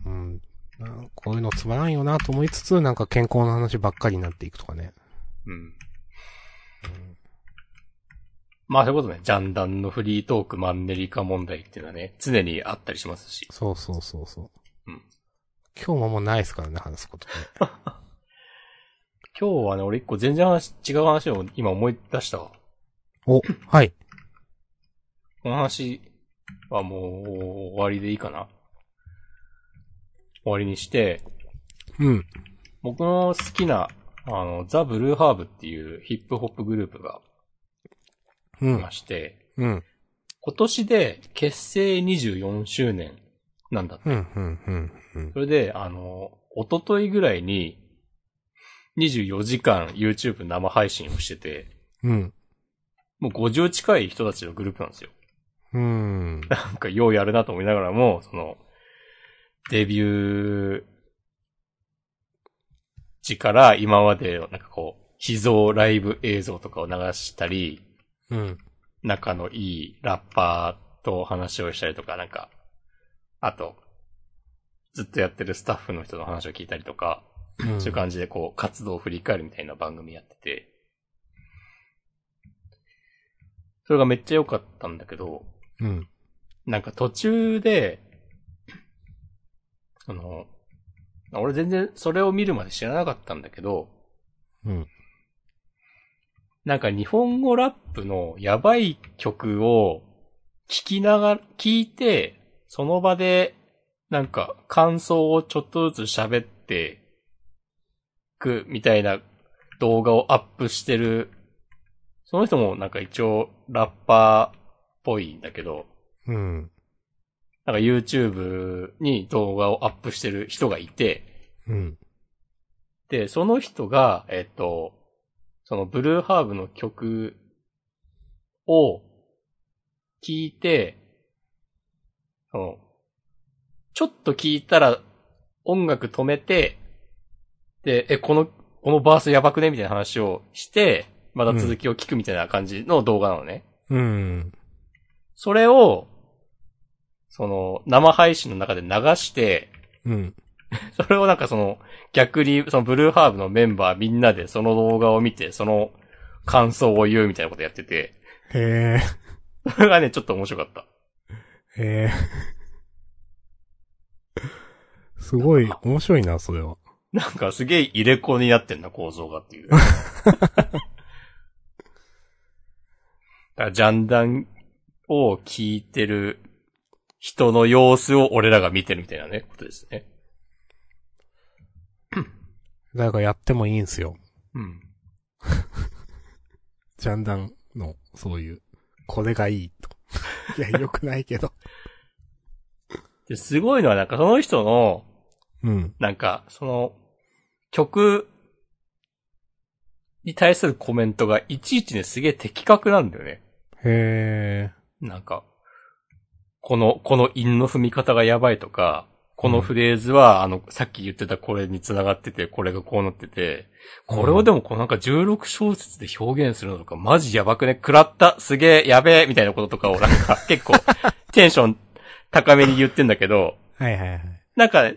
うん。なんかこういうのつまらんよなと思いつつ、なんか健康の話ばっかりになっていくとかね。
うん。まあそういうことね、ジャンダンのフリートークマンネリ化問題っていうのはね、常にあったりしますし。
そうそうそうそう。
うん
今日ももうないですからね、話すことね。
今日はね、俺一個全然話、違う話を今思い出したわ。
お、はい。
この話はもう終わりでいいかな終わりにして、
うん。
僕の好きな、あの、ザ・ブルーハーブっていうヒップホップグループが
う
い
ん
ま。して、
うん。
今年で結成24周年なんだって。
うん、うん、うん、うん。
それで、あの、一昨日ぐらいに、24時間 YouTube 生配信をしてて、
うん。
もう50近い人たちのグループなんですよ。
うん。
なんか、ようやるなと思いながらも、その、デビュー時から今までの、なんかこう、秘蔵ライブ映像とかを流したり、
うん。
仲のいいラッパーと話をしたりとか、なんか、あと、ずっとやってるスタッフの人の話を聞いたりとか、そういう感じでこう、活動を振り返るみたいな番組やってて、それがめっちゃ良かったんだけど、
うん。
なんか途中で、あの、俺全然それを見るまで知らなかったんだけど、
うん。
なんか日本語ラップのやばい曲を聞きながら、聞いて、その場で、なんか感想をちょっとずつ喋ってくみたいな動画をアップしてる。その人もなんか一応ラッパーっぽいんだけど、
うん。
なんか YouTube に動画をアップしてる人がいて、
うん。
で、その人が、えっと、そのブルーハーブの曲を聞いて、そのちょっと聞いたら音楽止めて、で、え、この、このバースやばくねみたいな話をして、また続きを聞くみたいな感じの動画なのね。
うん。
それを、その、生配信の中で流して、
うん。
それをなんかその、逆に、そのブルーハーブのメンバーみんなでその動画を見て、その感想を言うみたいなことやってて、
へえ。
それがね、ちょっと面白かった。
へえ。すごい、面白いな、それは。
なんかすげえ入れ子になってんな、構造がって いう。だからジャンダンを聞いてる人の様子を俺らが見てるみたいなね、ことですね。
だからやってもいいんすよ。
うん。
ジャンダンの、そういう、これがいいと。い や、良くないけど。
で、すごいのはなんかその人の、
うん。
なんか、その、曲に対するコメントがいちいちね、すげえ的確なんだよね。
へえ。
なんか、この、この韻の踏み方がやばいとか、このフレーズは、あの、さっき言ってたこれに繋がってて、これがこうなってて、これをでもこうなんか16小節で表現するのとか、マジやばくね食らったすげえやべえみたいなこととかをなんか結構テンション高めに言ってんだけど、
はいはいはい。
なんか、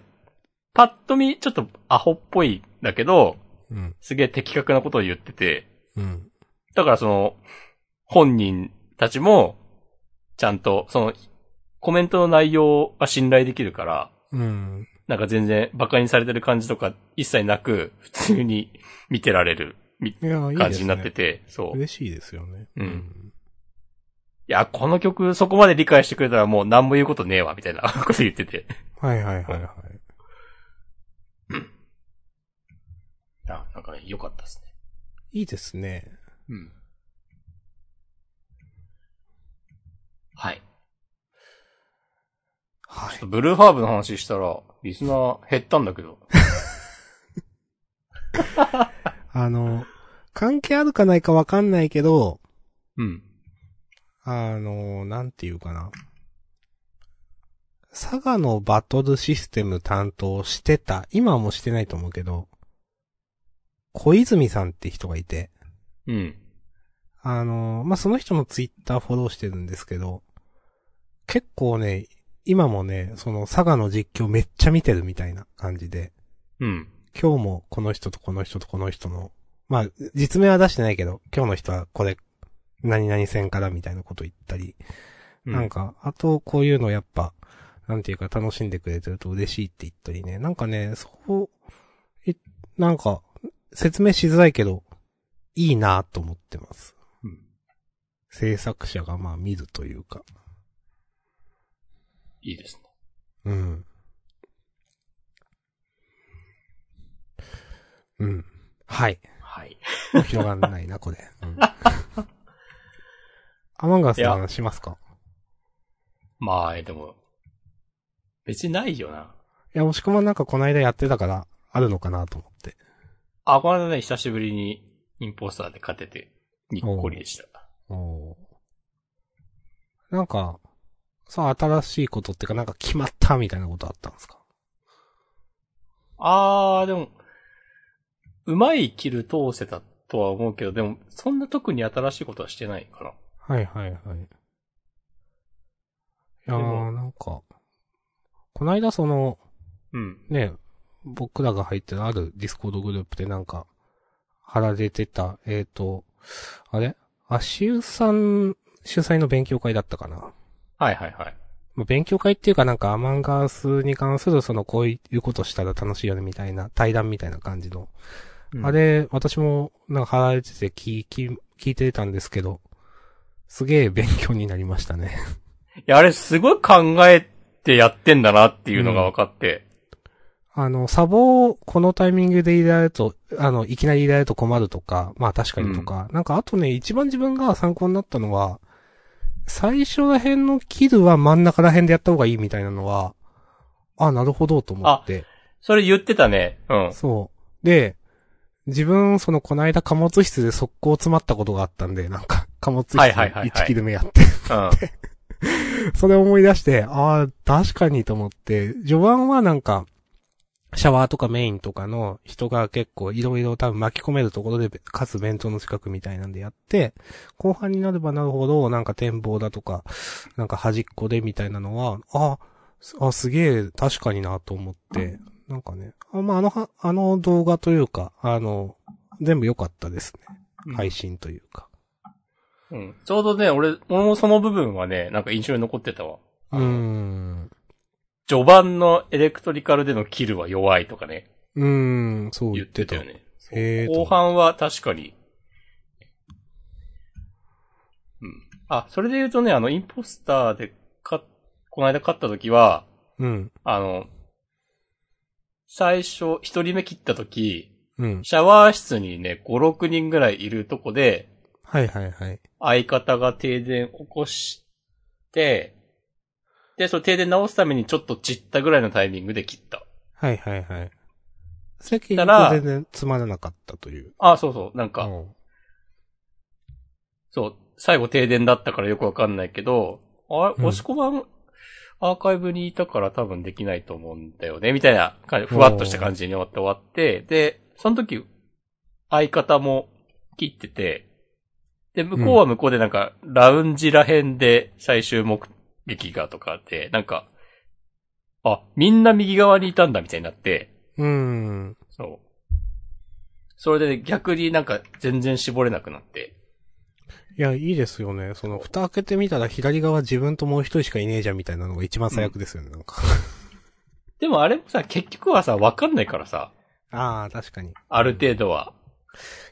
パッと見、ちょっとアホっぽいんだけど、
うん。
すげえ的確なことを言ってて、
うん。
だからその、本人たちも、ちゃんと、その、コメントの内容は信頼できるから、
うん。
なんか全然馬鹿にされてる感じとか一切なく、普通に見てられるみ
いや、いいですね。
感じになってて、そう。い
嬉しいですよね。
うんや、この曲そこまで理解してくれたらもう何も言うことねえわ、みたいなこと言ってて。
はいはいはいはい。
あ、なんかね良かったですね。
いいですね。
うん。はい。
はい。
ブルーハーブの話したら、リスナー減ったんだ けど。
あの、関係あるかないかわかんないけど、
うん。
あの、なんていうかな。佐賀のバトルシステム担当してた、今はもうしてないと思うけど、小泉さんって人がいて、
うん。
あの、まあ、その人のツイッターフォローしてるんですけど、結構ね、今もね、その佐賀の実況めっちゃ見てるみたいな感じで、
うん。
今日もこの人とこの人とこの人の、まあ、実名は出してないけど、今日の人はこれ、何々戦からみたいなこと言ったり、なん
か。
か、あと、こういうのやっぱ、なんていうか楽しんでくれてると嬉しいって言ったりね。なんかね、そこ、い、なんか、説明しづらいけど、いいなと思ってます。
うん
制作者がまあ見るというか。
いいですね。
うん。うん。はい。
はい。
広がんないな、これ。 うん、アマンガスの話しますか
まあ、えでも、別にないよな。
いや、押し込まんなんかこの間やってたから、あるのかなと思って。
あ、この間ね、久しぶりにインポスターで勝てて、にっこりでした。
おーなんか、さ、新しいことっていうか、なんか決まったみたいなことあったんですか
あー、でも、うまいキル通せたとは思うけど、でも、そんな特に新しいことはしてないかな。
はいはいはい。いや
でも
ー、なんか、こないだその、
うん。
ね、僕らが入ってるあるディスコードグループでなんか、貼られてた、えっ、と、あれ足湯さん主催の勉強会だったかな。
はいはいはい。
まあ、勉強会っていうかなんかアマンガースに関するそのこういうことしたら楽しいよねみたいな対談みたいな感じの。あれ、私もなんか貼られてて聞き、聞いてたんですけど、すげえ勉強になりましたね。
いや、あれすごい考えてやってんだなっていうのが分かって。
あの、サボをこのタイミングで入れられると、あの、いきなり入れられると困るとか、まあ確かにとか、なんかあとね、一番自分が参考になったのは、最初ら辺のキルは真ん中ら辺でやった方がいいみたいなのは、あ、なるほどと思って。
それ言ってたね。うん。
そう。で、自分、その、こないだ貨物室で速攻詰まったことがあったんで、なんか、貨物室
はいはいはいはい
1キル目やって、それ思い出して、ああ、確かにと思って、序盤はなんか、シャワーとかメインとかの人が結構いろいろ多分巻き込めるところで、かつ弁当の近くみたいなんでやって、後半になればなるほど、なんか展望だとか、なんか端っこでみたいなのは、あすあ、すげえ確かになと思って、なんかね、あまあ、あのは、あの動画というか、あの、全部良かったです
うん
ね。配信というか。
うん。ちょうどね、俺、俺もその部分はね、なんか印象に残ってたわ。
うーん。
序盤のエレクトリカルでのキルは弱いとかね、
うーん、そう
言
言っ
って
て
た
た。
よね。そう
えーと
後半は確かに。うん。あ、それで言うとね、あの、インポスターでか、この間勝った時は、
うん。
あの、最初、一人目切った時、
うん。
シャワー室にね、5、6人ぐらいいるとこで、
はいはいはい。
相方が停電起こして、で、その停電直すためにちょっと散ったぐらいのタイミングで切った。
はいはいはい。席
た
が
ら
全然つまらなかったという。
あ、そうそう、なんか、
うん
そう、最後停電だったからよくわかんないけど、あ
う
れ、
ん
押し込まん、アーカイブにいたから多分できないと思うんだよね、みたいな感じ、ふわっとした感じに終わって終わって、で、その時、相方も切ってて、で、向こうは向こうでなんか、ラウンジら辺で最終目的がとかで、なんか、あ、みんな右側にいたんだみたいになって、
うーん。
そう。それで逆になんか全然絞れなくなって。
いや、いいですよね。その、蓋開けてみたら左側自分ともう一人しかいねえじゃんみたいなのが一番最悪ですよね、なんか。
でもあれもさ、結局はさ、わかんないからさ、
ああ、確かに。い
ある程度は。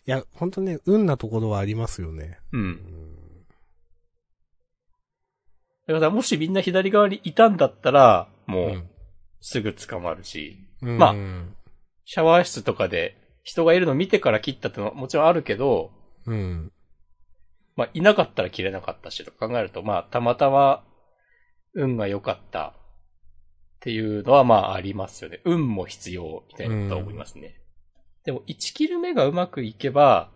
や、ほんとね、運なところはありますよね。
う。
うんん
だからもしみんな左側にいたんだったら、
う。
もうんすぐ捕まるし、
うん
まあ
うん。
シャワー室とかで人がいるの見てから切ったってのはもちろんあるけど、
うん。
まあいなかったら切れなかったしとか考えると、まあたまたま運が良かったっていうのはまあありますよね。運も必要みたいなことは思いますね。でも1キル目がうまくいけば、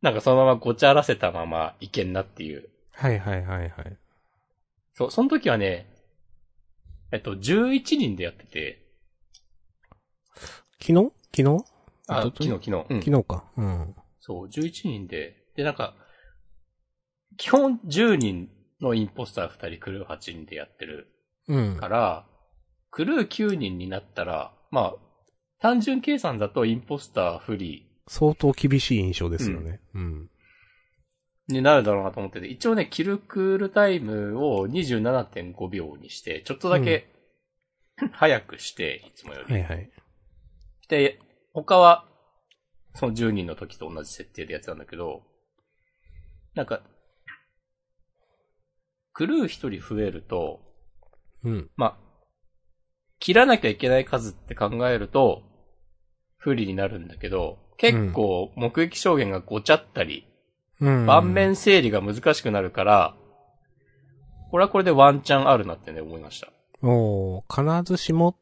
なんかそのままごちゃらせたままいけんなっていう
はいはいはいはい。
そう、その時はね、えっと、11人でやってて、
昨日昨日
あ、
一
昨日、
昨
昨日、うん
昨日か。うん。
そう、11人で、で、なんか、基本10人のインポスター2人、クルー8人でやってる
うん
か。ら、クルー9人になったら、まあ、単純計算だとインポスター不利
相当厳しい印象ですよね。うん。
になるだろうなと思ってて、一応ね、キルクールタイムを27.5秒にして、ちょっとだけ、早くして、いつもより。
はいはい。
で、他は、その10人の時と同じ設定でやってたんだけど、なんか、クルー一人増えると、
うん。
まあ、切らなきゃいけない数って考えると、不利になるんだけど、結構目撃証言がごちゃったり、
うん。
盤面整理が難しくなるから、これはこれでワンチャンあるなってね、思いました。
もう、必ずしも、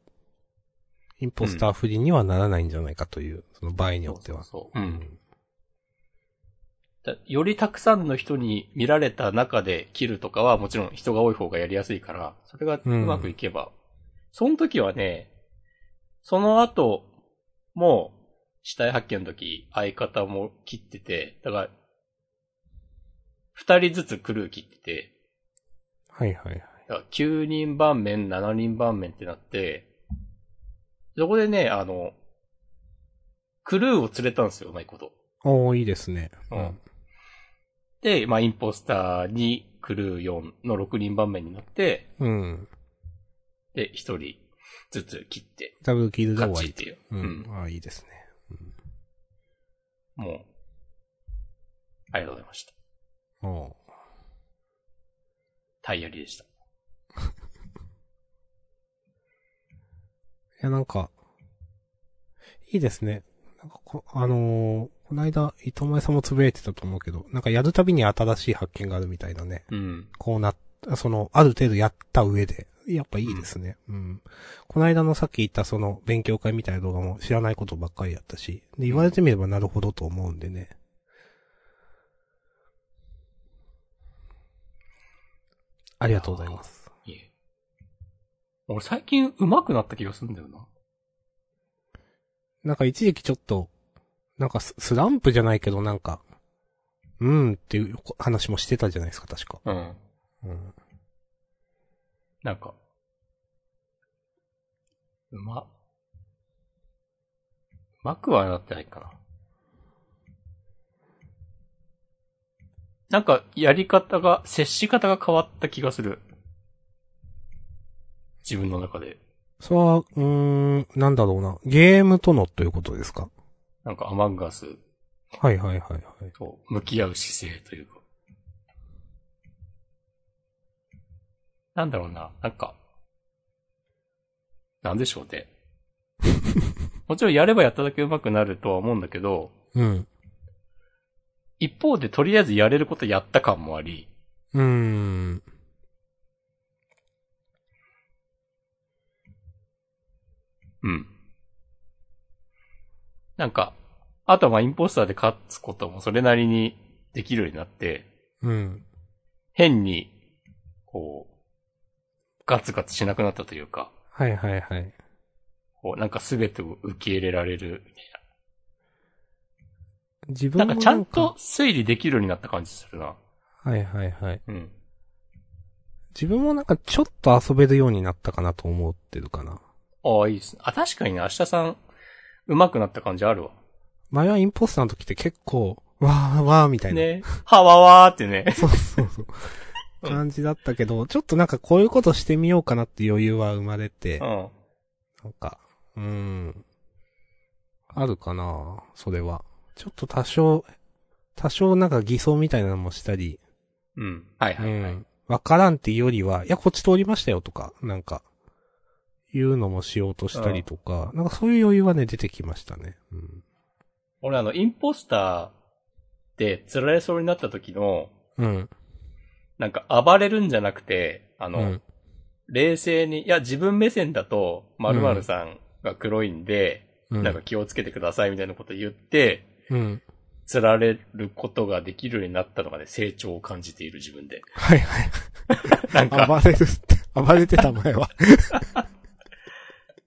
インポスター不利にはならないんじゃないかという、その場合によっては。
そうそうそううん。だよりたくさんの人に見られた中で切るとかはもちろん人が多い方がやりやすいから、それがうまくいけば。その時はね、その後も死体発見の時相方も切ってて、だから、二人ずつクルー切ってて、
はいはいはい。
だから9人盤面、7人盤面ってなって、そこでね、あの、クルーを連れたんですよ、うまいこと。
おー、いいですね。
うん。で、まあ、インポスター2、クルー4の6人番目になって、
うん。うん。
で、1人ずつ切って、
ダブルキルで終
勝
わ
ちっ
り。
ていう。
う
うん
ん。ああ、いいですね。
もう、ありがとうございました。
おー。
タイヤリでした。
いや、なんか、いいですね。なんかこ、あのーこないだ、糸前さんもつぶやいてたと思うけど、なんかやるたびに新しい発見があるみたいなね。
うん。
こうなっ、その、ある程度やった上で、やっぱいいですね。うん。この間のさっき言ったその、勉強会みたいな動画も知らないことばっかりやったし、で、言われてみればなるほどと思うんでね。ありがとうございます。
いえ。俺最近上手くなった気がするんだよな。
なんか一時期ちょっと、なんかススランプじゃないけどなんか、うんっていう話もしてたじゃないですか、確か。
うん。
うん。
なんか、うま、うまくはなってないかな。なんか、やり方が、接し方が変わった気がする。自分の中で。
それは、うーん、なんだろうな。ゲームとのということですか
なんか、アマンガス
はいはいはいはい。
と向き合う姿勢というか。なんだろうな、なんか、なんでしょ うね。もちろんやればやっただけ上手くなるとは思うんだけど、
うん。
一方でとりあえずやれることやった感もあり、
うーん。
うん。なんか、あとはまあインポスターで勝つこともそれなりにできるようになって、
うん。
変に、こう、ガツガツしなくなったというか、
はいはいはい。
こう、なんか全てを受け入れられるみたい
自分
な。な
も
んかちゃんと。推理できるようになった感じするな。
はいはいはい。
うん。
自分もなんかちょっと遊べるようになったかなと思ってるかな。
ああ、いいですね。あ、確かにね、明日さん、上手くなった感じあるわ。
前はインポスターの時って結構、わーわーみたいな。
ね。はわわーって ね。
そうそうそう。
うん
感じだったけど、ちょっとなんかこういうことしてみようかなって余裕は生まれて、
うん。
なんか、うーん。あるかなそれは。ちょっと多少、多少なんか偽装みたいなのもしたり、
うん。はいは
う
いはい。
ん。わからんっていうよりは、いや、こっち通りましたよとか、なんか、いうのもしようとしたりとか、なんかそういう余裕はね、出てきましたね。うん。
俺あの、インポスターで釣られそうになった時の、
うん。
なんか暴れるんじゃなくて、あ
う
の、
ん。
冷静に、いや、自分目線だと、〇〇さんが黒いんで、
うん
なんか気をつけてくださいみたいなこと言って、
うん。
釣られることができるようになったのがね、成長を感じている自 分で。
はいはい。
なんか、
暴れるって、暴れてた前は。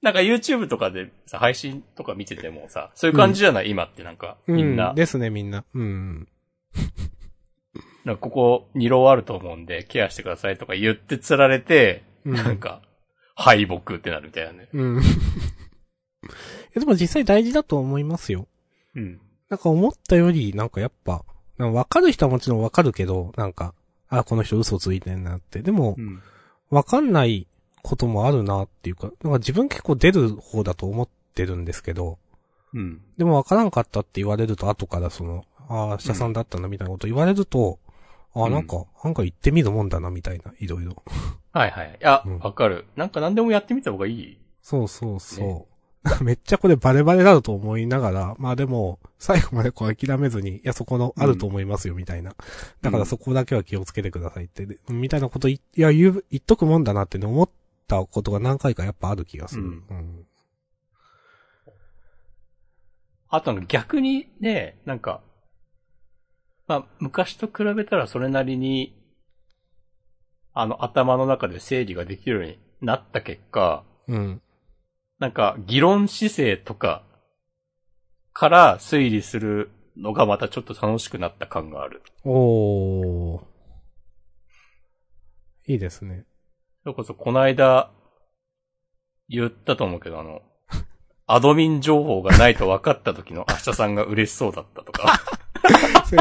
なんか YouTube とかでさ、配信とか見ててもさ、そういう感じじゃない、今ってなんか、 みんな。
うですね、みんな。うん。
なんかここ、二郎あると思うんで、ケアしてくださいとか言って釣られて、
うん
なんか、敗北ってなるみたいなね。
うん。い やでも実際大事だと思いますよ。
うん。
なんか思ったより、なんかやっぱ、なんかわかる人はもちろんわかるけど、なんか、あ、この人嘘ついてんなって。でも
う、ん。
わかんないこともあるなっていうか、なんか自分結構出る方だと思ってるんですけど、
うん。
でもわからんかったって言われると、後からその、ああ、下さんだったなみたいなこと言われると、あ
う
あ、
ん
なんか、なんか言ってみるもんだなみたいな、いろいろ。
はいはい。いや、わ
う、ん
かる。なんか何でもやってみた方がいい。
そうそうそう。 めっちゃこれバレバレだと思いながら、まあでも、最後までこう諦めずに、いや、そこのあると思いますよ、みたいな。だからそこだけは気をつけてくださいって、でみたいなことい、いや、言う、言っとくもんだなってね、思ったことが何回かやっぱある気がする。
う
うんん。
あとなんか逆にね、なんか、まあ、昔と比べたらそれなりに、あの、頭の中で整理ができるようになった結果、
うん。
なんか、議論姿勢とかから推理するのがまたちょっと楽しくなった感がある。
おー。いいですね。
それこそ、この間、言ったと思うけど、あの、 アドミン情報がないと分かった時の明日さんが嬉しそうだったとか。
それ、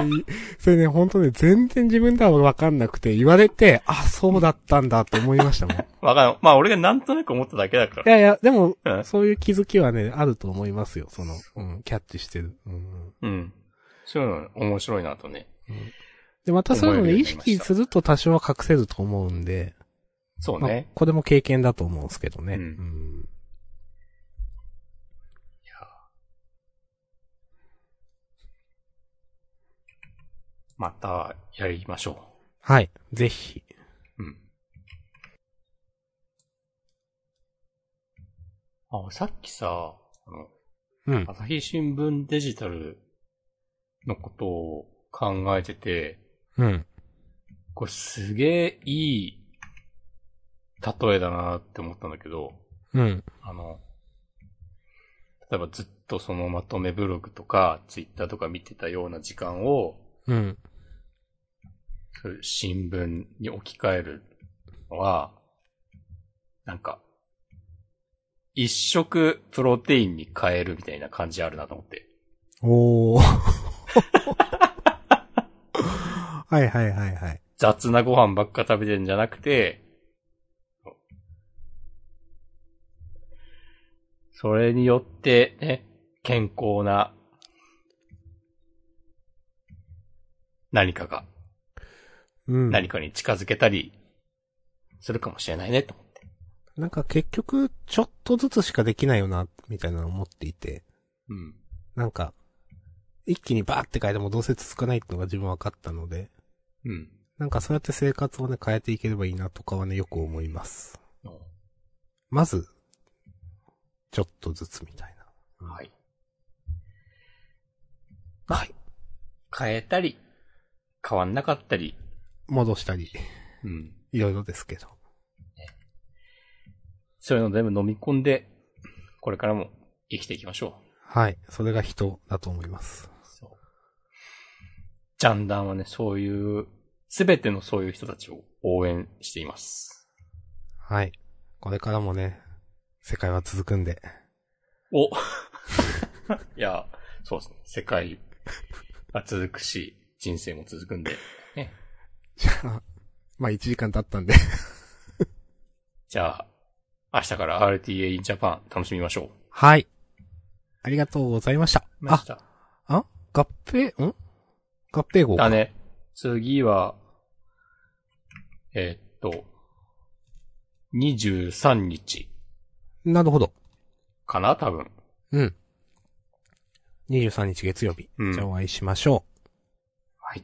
それね、本当ね、全然自分では分かんなくて、言われて、あ、そうだったんだと思いましたもん。 い
わかんない。まあ俺がなんとなく思っただけだから。
やいや、でも、
うん
そういう気づきはね、あると思いますよ。その、うん、キャッチしてる。うん、
うん。そういうの面白いなとね。
で、またそういうのね、
思えるように
意
なりました
識すると多少は隠せると思うんで、
そう
まあ
ね。
これも経験だと思うんですけどね。
うん
ん
またやりましょ
はい。ぜひ。
う。うん。あ、俺さっきさ、あの、
うん。
朝日新聞デジタルのことを考えてて、
うん。
これすげえいい例えだなって思ったんだけど、
うん。
あの、例えばずっとそのまとめブログとか、ツイッターとか見てたような時間を、
うん。
そういう新聞に置き換えるのは、なんか、一食プロテインに変えるみたいな感じあるなと思って。
おー。 はいはいはいはい。
雑なご飯ばっか食べてんじゃなくて、それによってね、健康な何かが、
うん。
何かに近づけたりするかもしれないねと思って。
なんか結局、ちょっとずつしかできないよな、みたいなのを思っていて、
うん。
なんか、一気にバーって変えてもどうせ続かないってのが自分分かったので、
うん。
なんかそうやって生活をね、変えていければいいなとかはね、よく思います。まず、ちょっとずつみたいな。
はい。はい。変えたり、変わんなかったり、
戻したり、
うん。
いろいろですけど。
そういうの全部飲み込んで、これからも生きていきましょう。
はい。それが人だと思います。
そう。ジャンダンはね、そういう、すべてのそういう人たちを応援しています。
はい。これからもね、世界は続くんで。
お いや、そうですね。世界は続くし、人生も続くんで。ね。
じゃあ、 まあ1時間経ったんで。
じゃあ、明日から RTA in Japan 楽しみましょう。
はい。ありがとうございました。
ま
あ
し、た
あ合併、ん合併号か
だ。ね。次は、えーっと、23日
なるほど。
かな多分。
うん。23日月曜日。
うん
じゃあお会いしましょう。
はい。